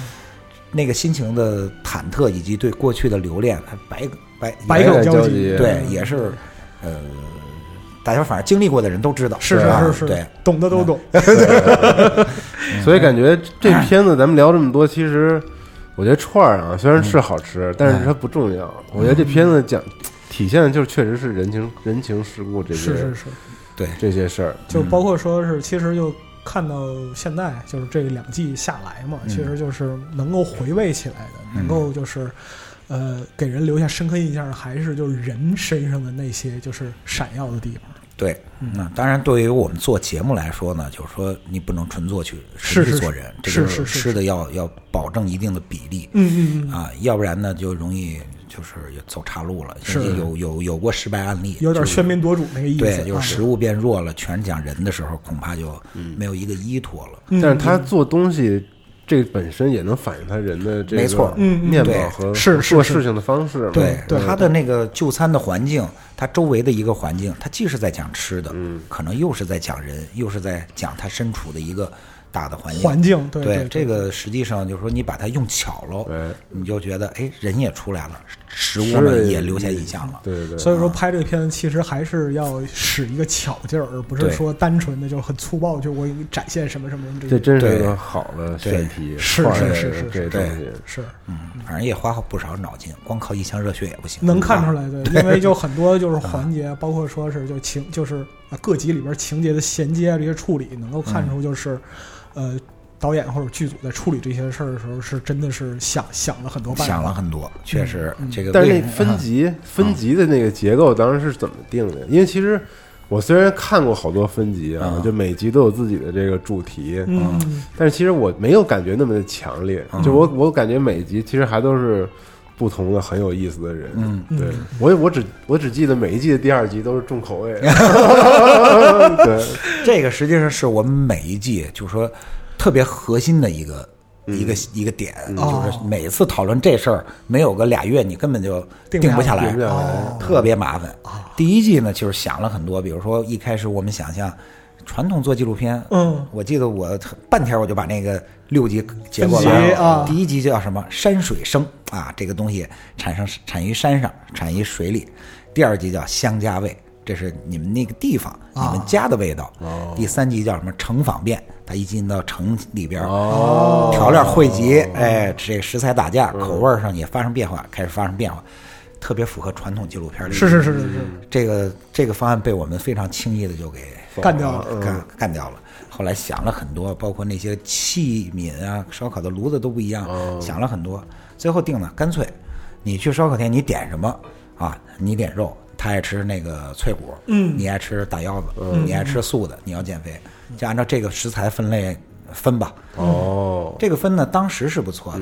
那个心情的忐忑以及对过去的留恋，它白白百白感感交交集集，对，也是呃，大家反正经历过的人都知道，是对吧是是对嗯是，，懂的都懂。嗯所以感觉这片子咱们聊这么多，其实我觉得串儿啊，虽然是好吃，但是它不重要。我觉得这片子讲体现的就是确实是人情人情世故这些是是是，对这些事儿，嗯就包括说是，其实就看到现在，就是这两季下来嘛，嗯其实就是能够回味起来的，嗯能够就是。呃，给人留下深刻印象的还是就是人身上的那些就是闪耀的地方，对，嗯那当然，对于我们做节目来说呢，就是说你不能纯做去，是纯去是做人，是这是个是吃的要要保证一定的比例嗯嗯嗯，啊，要不然呢就容易就是走岔路了，是也有有有过失败案例，有点就是喧宾夺主那个意思，对，就啊是食物变弱了，全讲人的时候，恐怕就没有一个依托了。嗯但是他做东西。这本身也能反映他人的这没错个嗯嗯面对貌和是是做是事情的方式嘛。对对它的那个就餐的环境，它周围的一个环境，它既是在讲吃的，嗯可能又是在讲人，又是在讲他身处的一个大的环境。环境，对对对这个实际上就是说，你把它用巧了，对你就觉得哎，人也出来了，食吃物的们也留下印象了。对对对，所以说拍这个片子其实还是要使一个巧劲儿，而不是对说单纯的就是很粗暴，就我给你展现什么什么什么这真这些。是一对个好的选题，是串儿是是是这对东西。是嗯，反正也花不少脑筋，光靠一腔热血也不行。能看出啊来的，因为就很多就是环节，包括说是就情就是啊各集里边情节的衔接啊这些处理，能够看出就是，嗯呃，导演或者剧组在处理这些事儿的时候，是真的是想想了很多办法，想了很多，确实这个为。但是那分啊级分级的那个结构当时是怎么定的？因为其实我虽然看过好多分级啊啊，就每集都有自己的这个主题，嗯，但是其实我没有感觉那么的强烈。啊就我我感觉每集其实还都是不同的很有意思的人。嗯对嗯我我只我只记得每一季的第二集都是重口 <laughs> 味。对，这个实际上是我们每一季就是说特别核心的一个、嗯一个一个点，哦就是每次讨论这事儿没有个俩月，你根本就定定不不下下来来，定不下来哦特别麻烦。第一季呢，就是想了很多，比如说一开始我们想象。传统做纪录片，嗯，我记得我半天我就把那个六集结果分完级了。啊第一集叫什么？山水生啊，这个东西产生产于山上，产于水里。第二集叫乡家味，这是你们那个地方、啊你们家的味道。哦第三集叫什么？城坊变，他一进到城里边儿，哦调料汇集，哎，这食材打架，口味儿上也发生变化，开始发生变化，特别符合传统纪录片儿里。是是是是是，嗯这个这个方案被我们非常轻易的就给干掉嗯了。干干掉了。后来想了很多，包括那些器皿啊、烧烤的炉子都不一样，哦想了很多。最后定了，干脆你去烧烤店，你点什么啊？你点肉，他爱吃那个脆骨，嗯，你爱吃大腰子，嗯你爱吃素的，你要减肥，就按照这个食材分类分吧。哦，这个分呢，当时是不错的。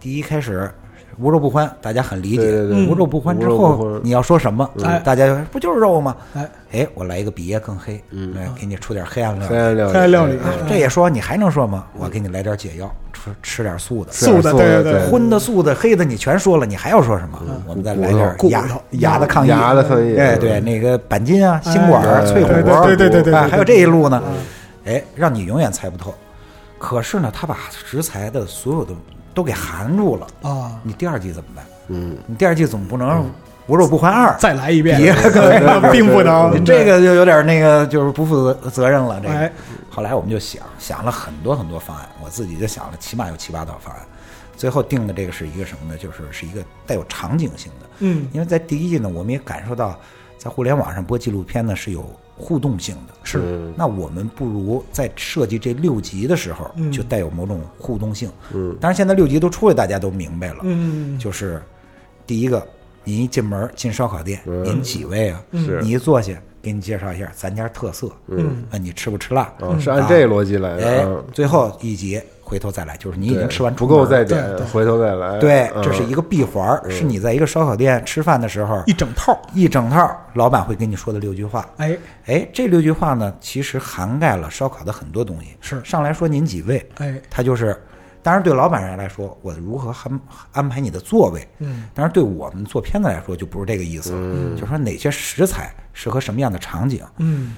第一开始无肉不欢，大家很理解。对对对无肉不欢之无肉不后欢，你要说什么，哎大家就说不就是肉吗？哎，哎，我来一个比夜更黑，嗯，给你出点黑暗料黑。暗料理，啊开料理，嗯这也说你还能说吗？我给你来点解药，吃吃点素的，是啊素的素对的对对荤的、素的、黑的，你全说了，你还要说什么？我们再来点骨头牙骨头牙的抗议，牙的抗议哎，对，那个板筋啊、心管哎儿、脆对骨对儿，对对对对啊呃对嗯还有这一路呢，哎，让你永远猜不透。可是呢，他把食材的所有的都给含住了，啊，你第二季怎么办？嗯，你第二季总不能无肉不欢二，再来一遍 <laughs> 别，并不你能啊这个就有点那个，就是不负责责任了。这哎个，后来我们就想想了很多很多方案，我自己就想了起码有七八道方案，最后定的这个是一个什么呢？就是是一个带有场景性的。嗯，因为在第一季呢，我们也感受到，在互联网上播纪录片呢是有互动性的。是那我们不如在设计这六集的时候嗯就带有某种互动性。嗯，当然现在六集都出来，大家都明白了。嗯，就是第一个，您一进门进烧烤店，嗯您几位啊？是你一坐下，给你介绍一下咱家特色。嗯，啊，你吃不吃辣？嗯哦，是按这个逻辑来的。哎嗯，最后一集回头再来，就是你已经对吃完不出门够了再对点对，回头再来。对，嗯这是一个闭环儿，是你在一个烧烤店吃饭的时候一整套，一整套儿，老板会跟你说的六句话。哎，哎，这六句话呢，其实涵盖了烧烤的很多东西。是上来说您几位，哎他就是，当然对老板来说，我如何安安排你的座位，嗯，当然对我们做片子来说就不是这个意思了，嗯就说哪些食材适合什么样的场景，嗯，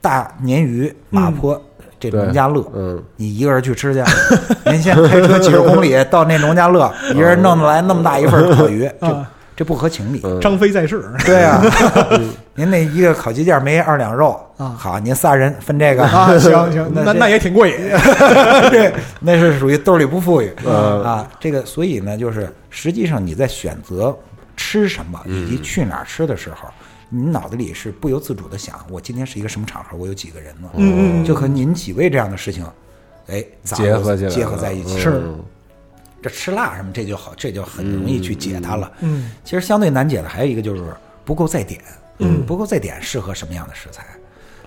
大鲶鱼、马坡。这对农家乐，嗯，你一个人去吃去，啊 <laughs> 您先开车几十公里到那农家乐，一人弄来那么大一份烤鱼，这啊这不合情理。嗯张飞在世， <laughs> 对啊，您那一个烤鸡架没二两肉嗯啊好，您仨人分这个啊，行行，那呃这那也挺 <laughs> 过瘾，对，那是属于兜里不富裕、嗯啊。这个，所以呢，就是实际上你在选择吃什么以嗯及去哪儿吃的时候，你脑子里是不由自主的想，我今天是一个什么场合，我有几个人呢？嗯嗯嗯就和您几位这样的事情，哎，杂糅结合起来了，结合在一起。是嗯这吃辣什么，这就好，这就很容易去解它了。嗯，其实相对难解的还有一个就是不够再点，嗯，不够再点适合什么样的食材？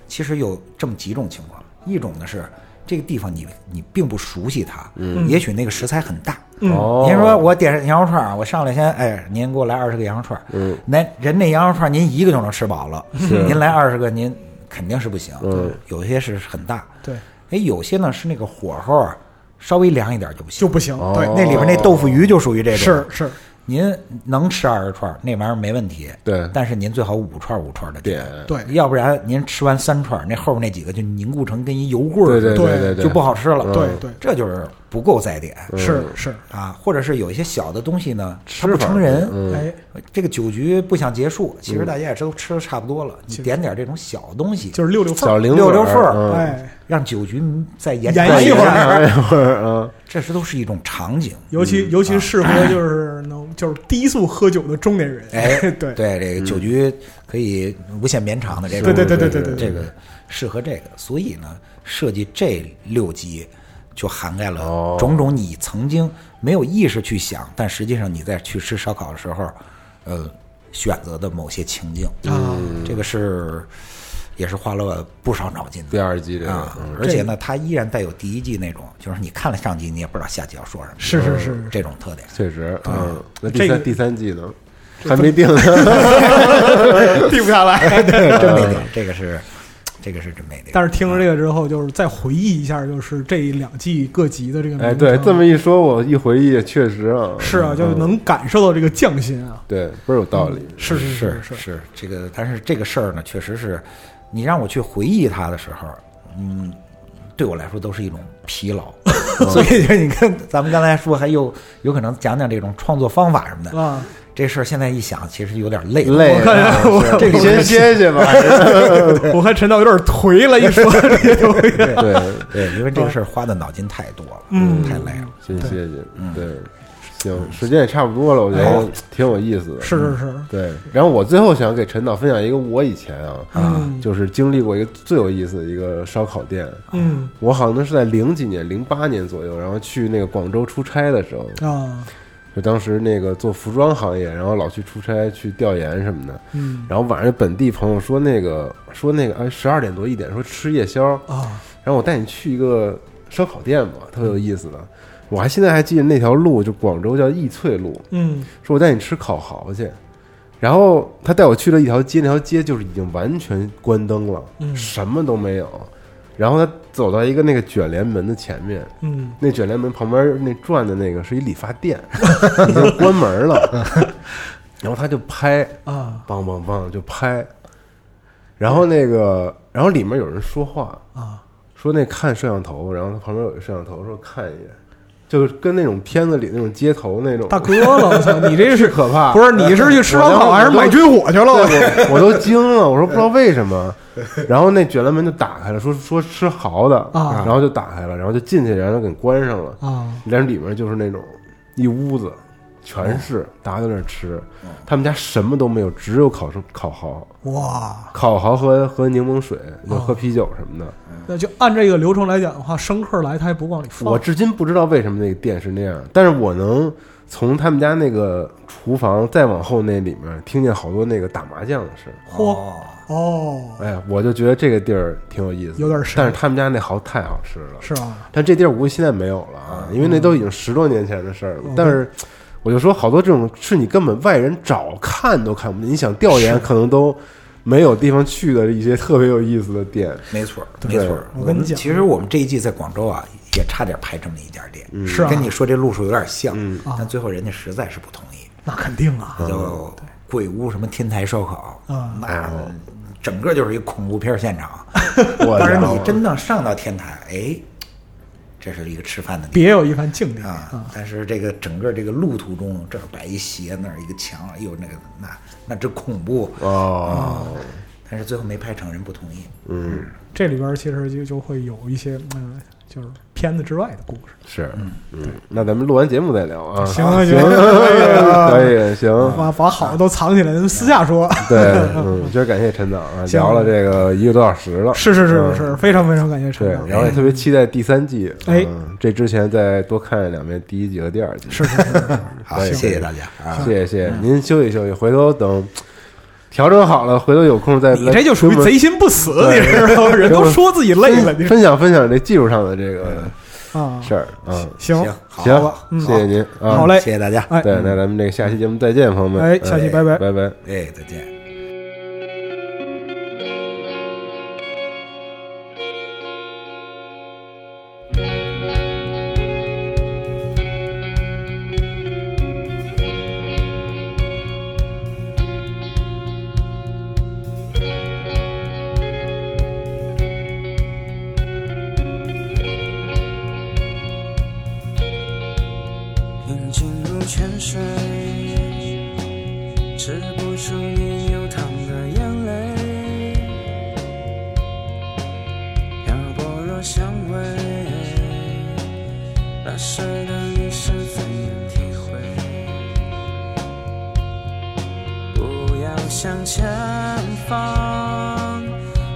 其实有这么几种情况，一种呢是这个地方你你并不熟悉它，嗯，也许那个食材很大，哦，您说我点羊肉串儿，我上来先哎，您给我来二十个羊肉串儿，嗯，那人那羊肉串儿您一个就能吃饱了，是您来二十个您肯定是不行，嗯，有些是很大，对，哎，有些呢是那个火候啊稍微凉一点就不行，就不行，哦对，那里边那豆腐鱼就属于这种，是是，您能吃二十串儿，那玩意儿没问题。对但是您最好五串儿五串的点，对，要不然您吃完三串儿，那后面那几个就凝固成跟一油棍对儿似的，对对对对，就不好吃了。对对这就是不够再点嗯是是，啊，或者是有一些小的东西呢，它吃不法成人。嗯哎，这个酒局不想结束，其实大家也都吃的差不多了，你实点点这种小东西，就是六六缝小儿，零溜溜嘴缝儿嗯哎，让酒局再延 <laughs> 延长续一会儿下哎一会儿，嗯，这是都是一种场景。尤其尤啊其适合就是能就是低速喝酒的中年人，，哎对 <laughs> 对，这个酒嗯局可以无限绵长的这对种，对对对对对对这个适合这个，所以呢，设计这六集就涵盖哦了种种你曾经没有意识去想，但实际上你在去吃烧烤的时候，呃，选择的某些情境啊，嗯这个是也是花了不少脑筋的第。二季这个啊，嗯而且呢，它依然带有第一季那种，就是你看了上集，你也不知道下集要说什么，是是是，嗯这种 <laughs> 特点。确实，嗯，那这第个三第三季呢，还没定 <laughs> 呢，定不下来。真没定， <laughs> 这个是，这个是真没定。但是听了这个之后，就是再回忆一下，就是这两季各集的这个名哎，称对，这么一说，我一回忆，确实啊，嗯是啊，就嗯能感受到这个匠心啊，对，倍儿有道理，是嗯是是是，是这个，但是这个事儿呢，确实是你让我去回忆它的时候，嗯，对我来说都是一种 <laughs> 疲劳。嗯所以就你看，咱们刚才说还有有可能讲讲这种创作方法什么的，啊，这事儿现在一想，其实有点累了。累我看啊，是这个你先歇歇吧。我看陈导有点颓了，一说 <laughs> 这个东西 <laughs> <laughs> 对，对，因为这个事儿花的脑筋太多了，啊嗯太累了。先歇歇。对，行，时间也差不多了，我觉得挺有意思的。哎是是是，对，然后我最后想给陈导分享一个我以前啊，嗯就是经历过一个最有意思的一个烧烤店。嗯我好像是在零几年，零八年左右，然后去那个广州出差的时候，啊就当时那个做服装行业，然后老去出差去调研什么的。嗯然后晚上本地朋友说那个说那个哎十二点多一点说吃夜宵，啊然后我带你去一个烧烤店吧，特别有意思的。我还现在还记得那条路，就广州叫易翠路，嗯说我带你吃烤蚝去。然后他带我去了一条街，那条街就是已经完全关灯了，嗯什么都没有。然后他走到一个那个卷帘门的前面，嗯那卷帘门旁边那转的那个是一理发 <laughs> 店，已经关门了。然后他就拍，啊梆梆梆就拍，然后那个，然后里面有人说话，啊说那看摄像头，然后他旁边有一摄像头，说看一眼，就是跟那种片子里那种街头那种，大哥了，我操，你这是是可怕，不是你是去吃烧烤还是买军火去了？我对 <laughs> 我我都惊了，我说不知道为什么，然后那卷帘门就打开了，说说吃蚝的啊然后就打开了，然后就进去，然后给关上了，啊然后里面就是那种一屋子全哦是，大家都在那吃，他们家什么都没有，只有烤生烤蚝。哇，烤蚝和和柠檬水，就哦喝啤酒什么的。那就按这个流程来讲的话，生客来他也不往里放我至今不知道为什么那个店是那样，但是我能从他们家那个厨房再往后那里面听见好多那个打麻将的声。嚯哦，哦，哎呀，我就觉得这个地儿挺有意思的，有点神但是他们家那蚝太好吃了，是吧？但这地儿我估计现在没有了啊，因为那都已经十多年前的事儿了。嗯但是我就说，好多这种是你根本外人找看都看不见，你想调研可能都没有地方去的一些特别有意思的店。没错儿，没对错儿。我跟你们讲其实我们这一季在广州啊，也差点拍这么一家店，是啊跟你说这路数有点像，啊但最后人家实在是不同意，那肯定啊，叫鬼屋什么天台烧烤，嗯那整个就是一恐怖片现场。 <laughs> 哦我但是然后你真的上到天台，哎，这是一个吃饭的地别有一番境地方啊。但是这个整个这个路途中，这儿摆一鞋，那儿一个墙，哎呦那个那那真恐怖。哦，嗯但是最后没拍成，人不同意。嗯，这里边其实就就会有一些嗯，就是片子之外的故事。是，嗯，那咱们录完节目再聊啊。行啊行行，可可以，行，把把好的都藏起来，咱们私下说。对，嗯，今儿感谢陈导啊，行聊了这个一个多小时了，是是是嗯是，是，非常非常感谢对陈导，。然后也特别期待第三季，哎嗯，这之前再多看两遍第一季和第二季，是嗯是是是，好，谢谢大家啊。谢谢谢谢您休息休息，回头等调整好了，回头有空再你这就属于贼心不死，你知道吗？人都说自己累了，分你分享分享这技术上的这个啊，事儿啊，行，嗯行，好行吧，谢谢您啊，好嘞，谢谢大家。哎，对，那咱们这个下期节目再见，朋友们，哎下期拜拜拜拜。哎，再见。眼睛如泉水，止不住你流淌的眼泪，漂泊若香味，那时的你是怎样体会？不要向前方，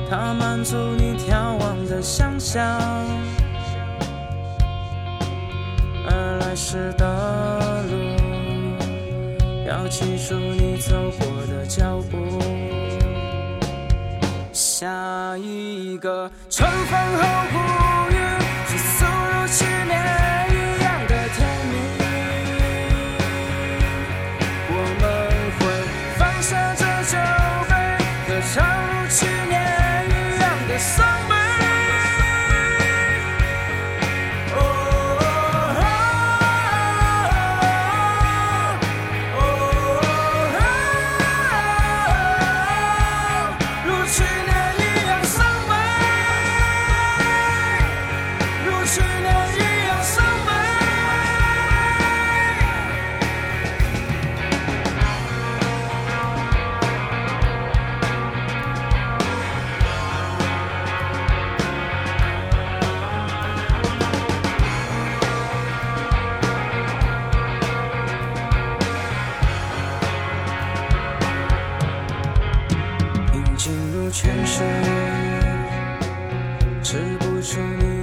它满足你眺望的想象。而来时的路，要记住你走过的脚步。下一个春风后谷雨，是诉如去年一样的甜蜜。我们会放下这酒杯，歌唱如去年一样的伤悲。哦哦，如去年一样伤悲，如去年一样伤悲。全身，止不住你。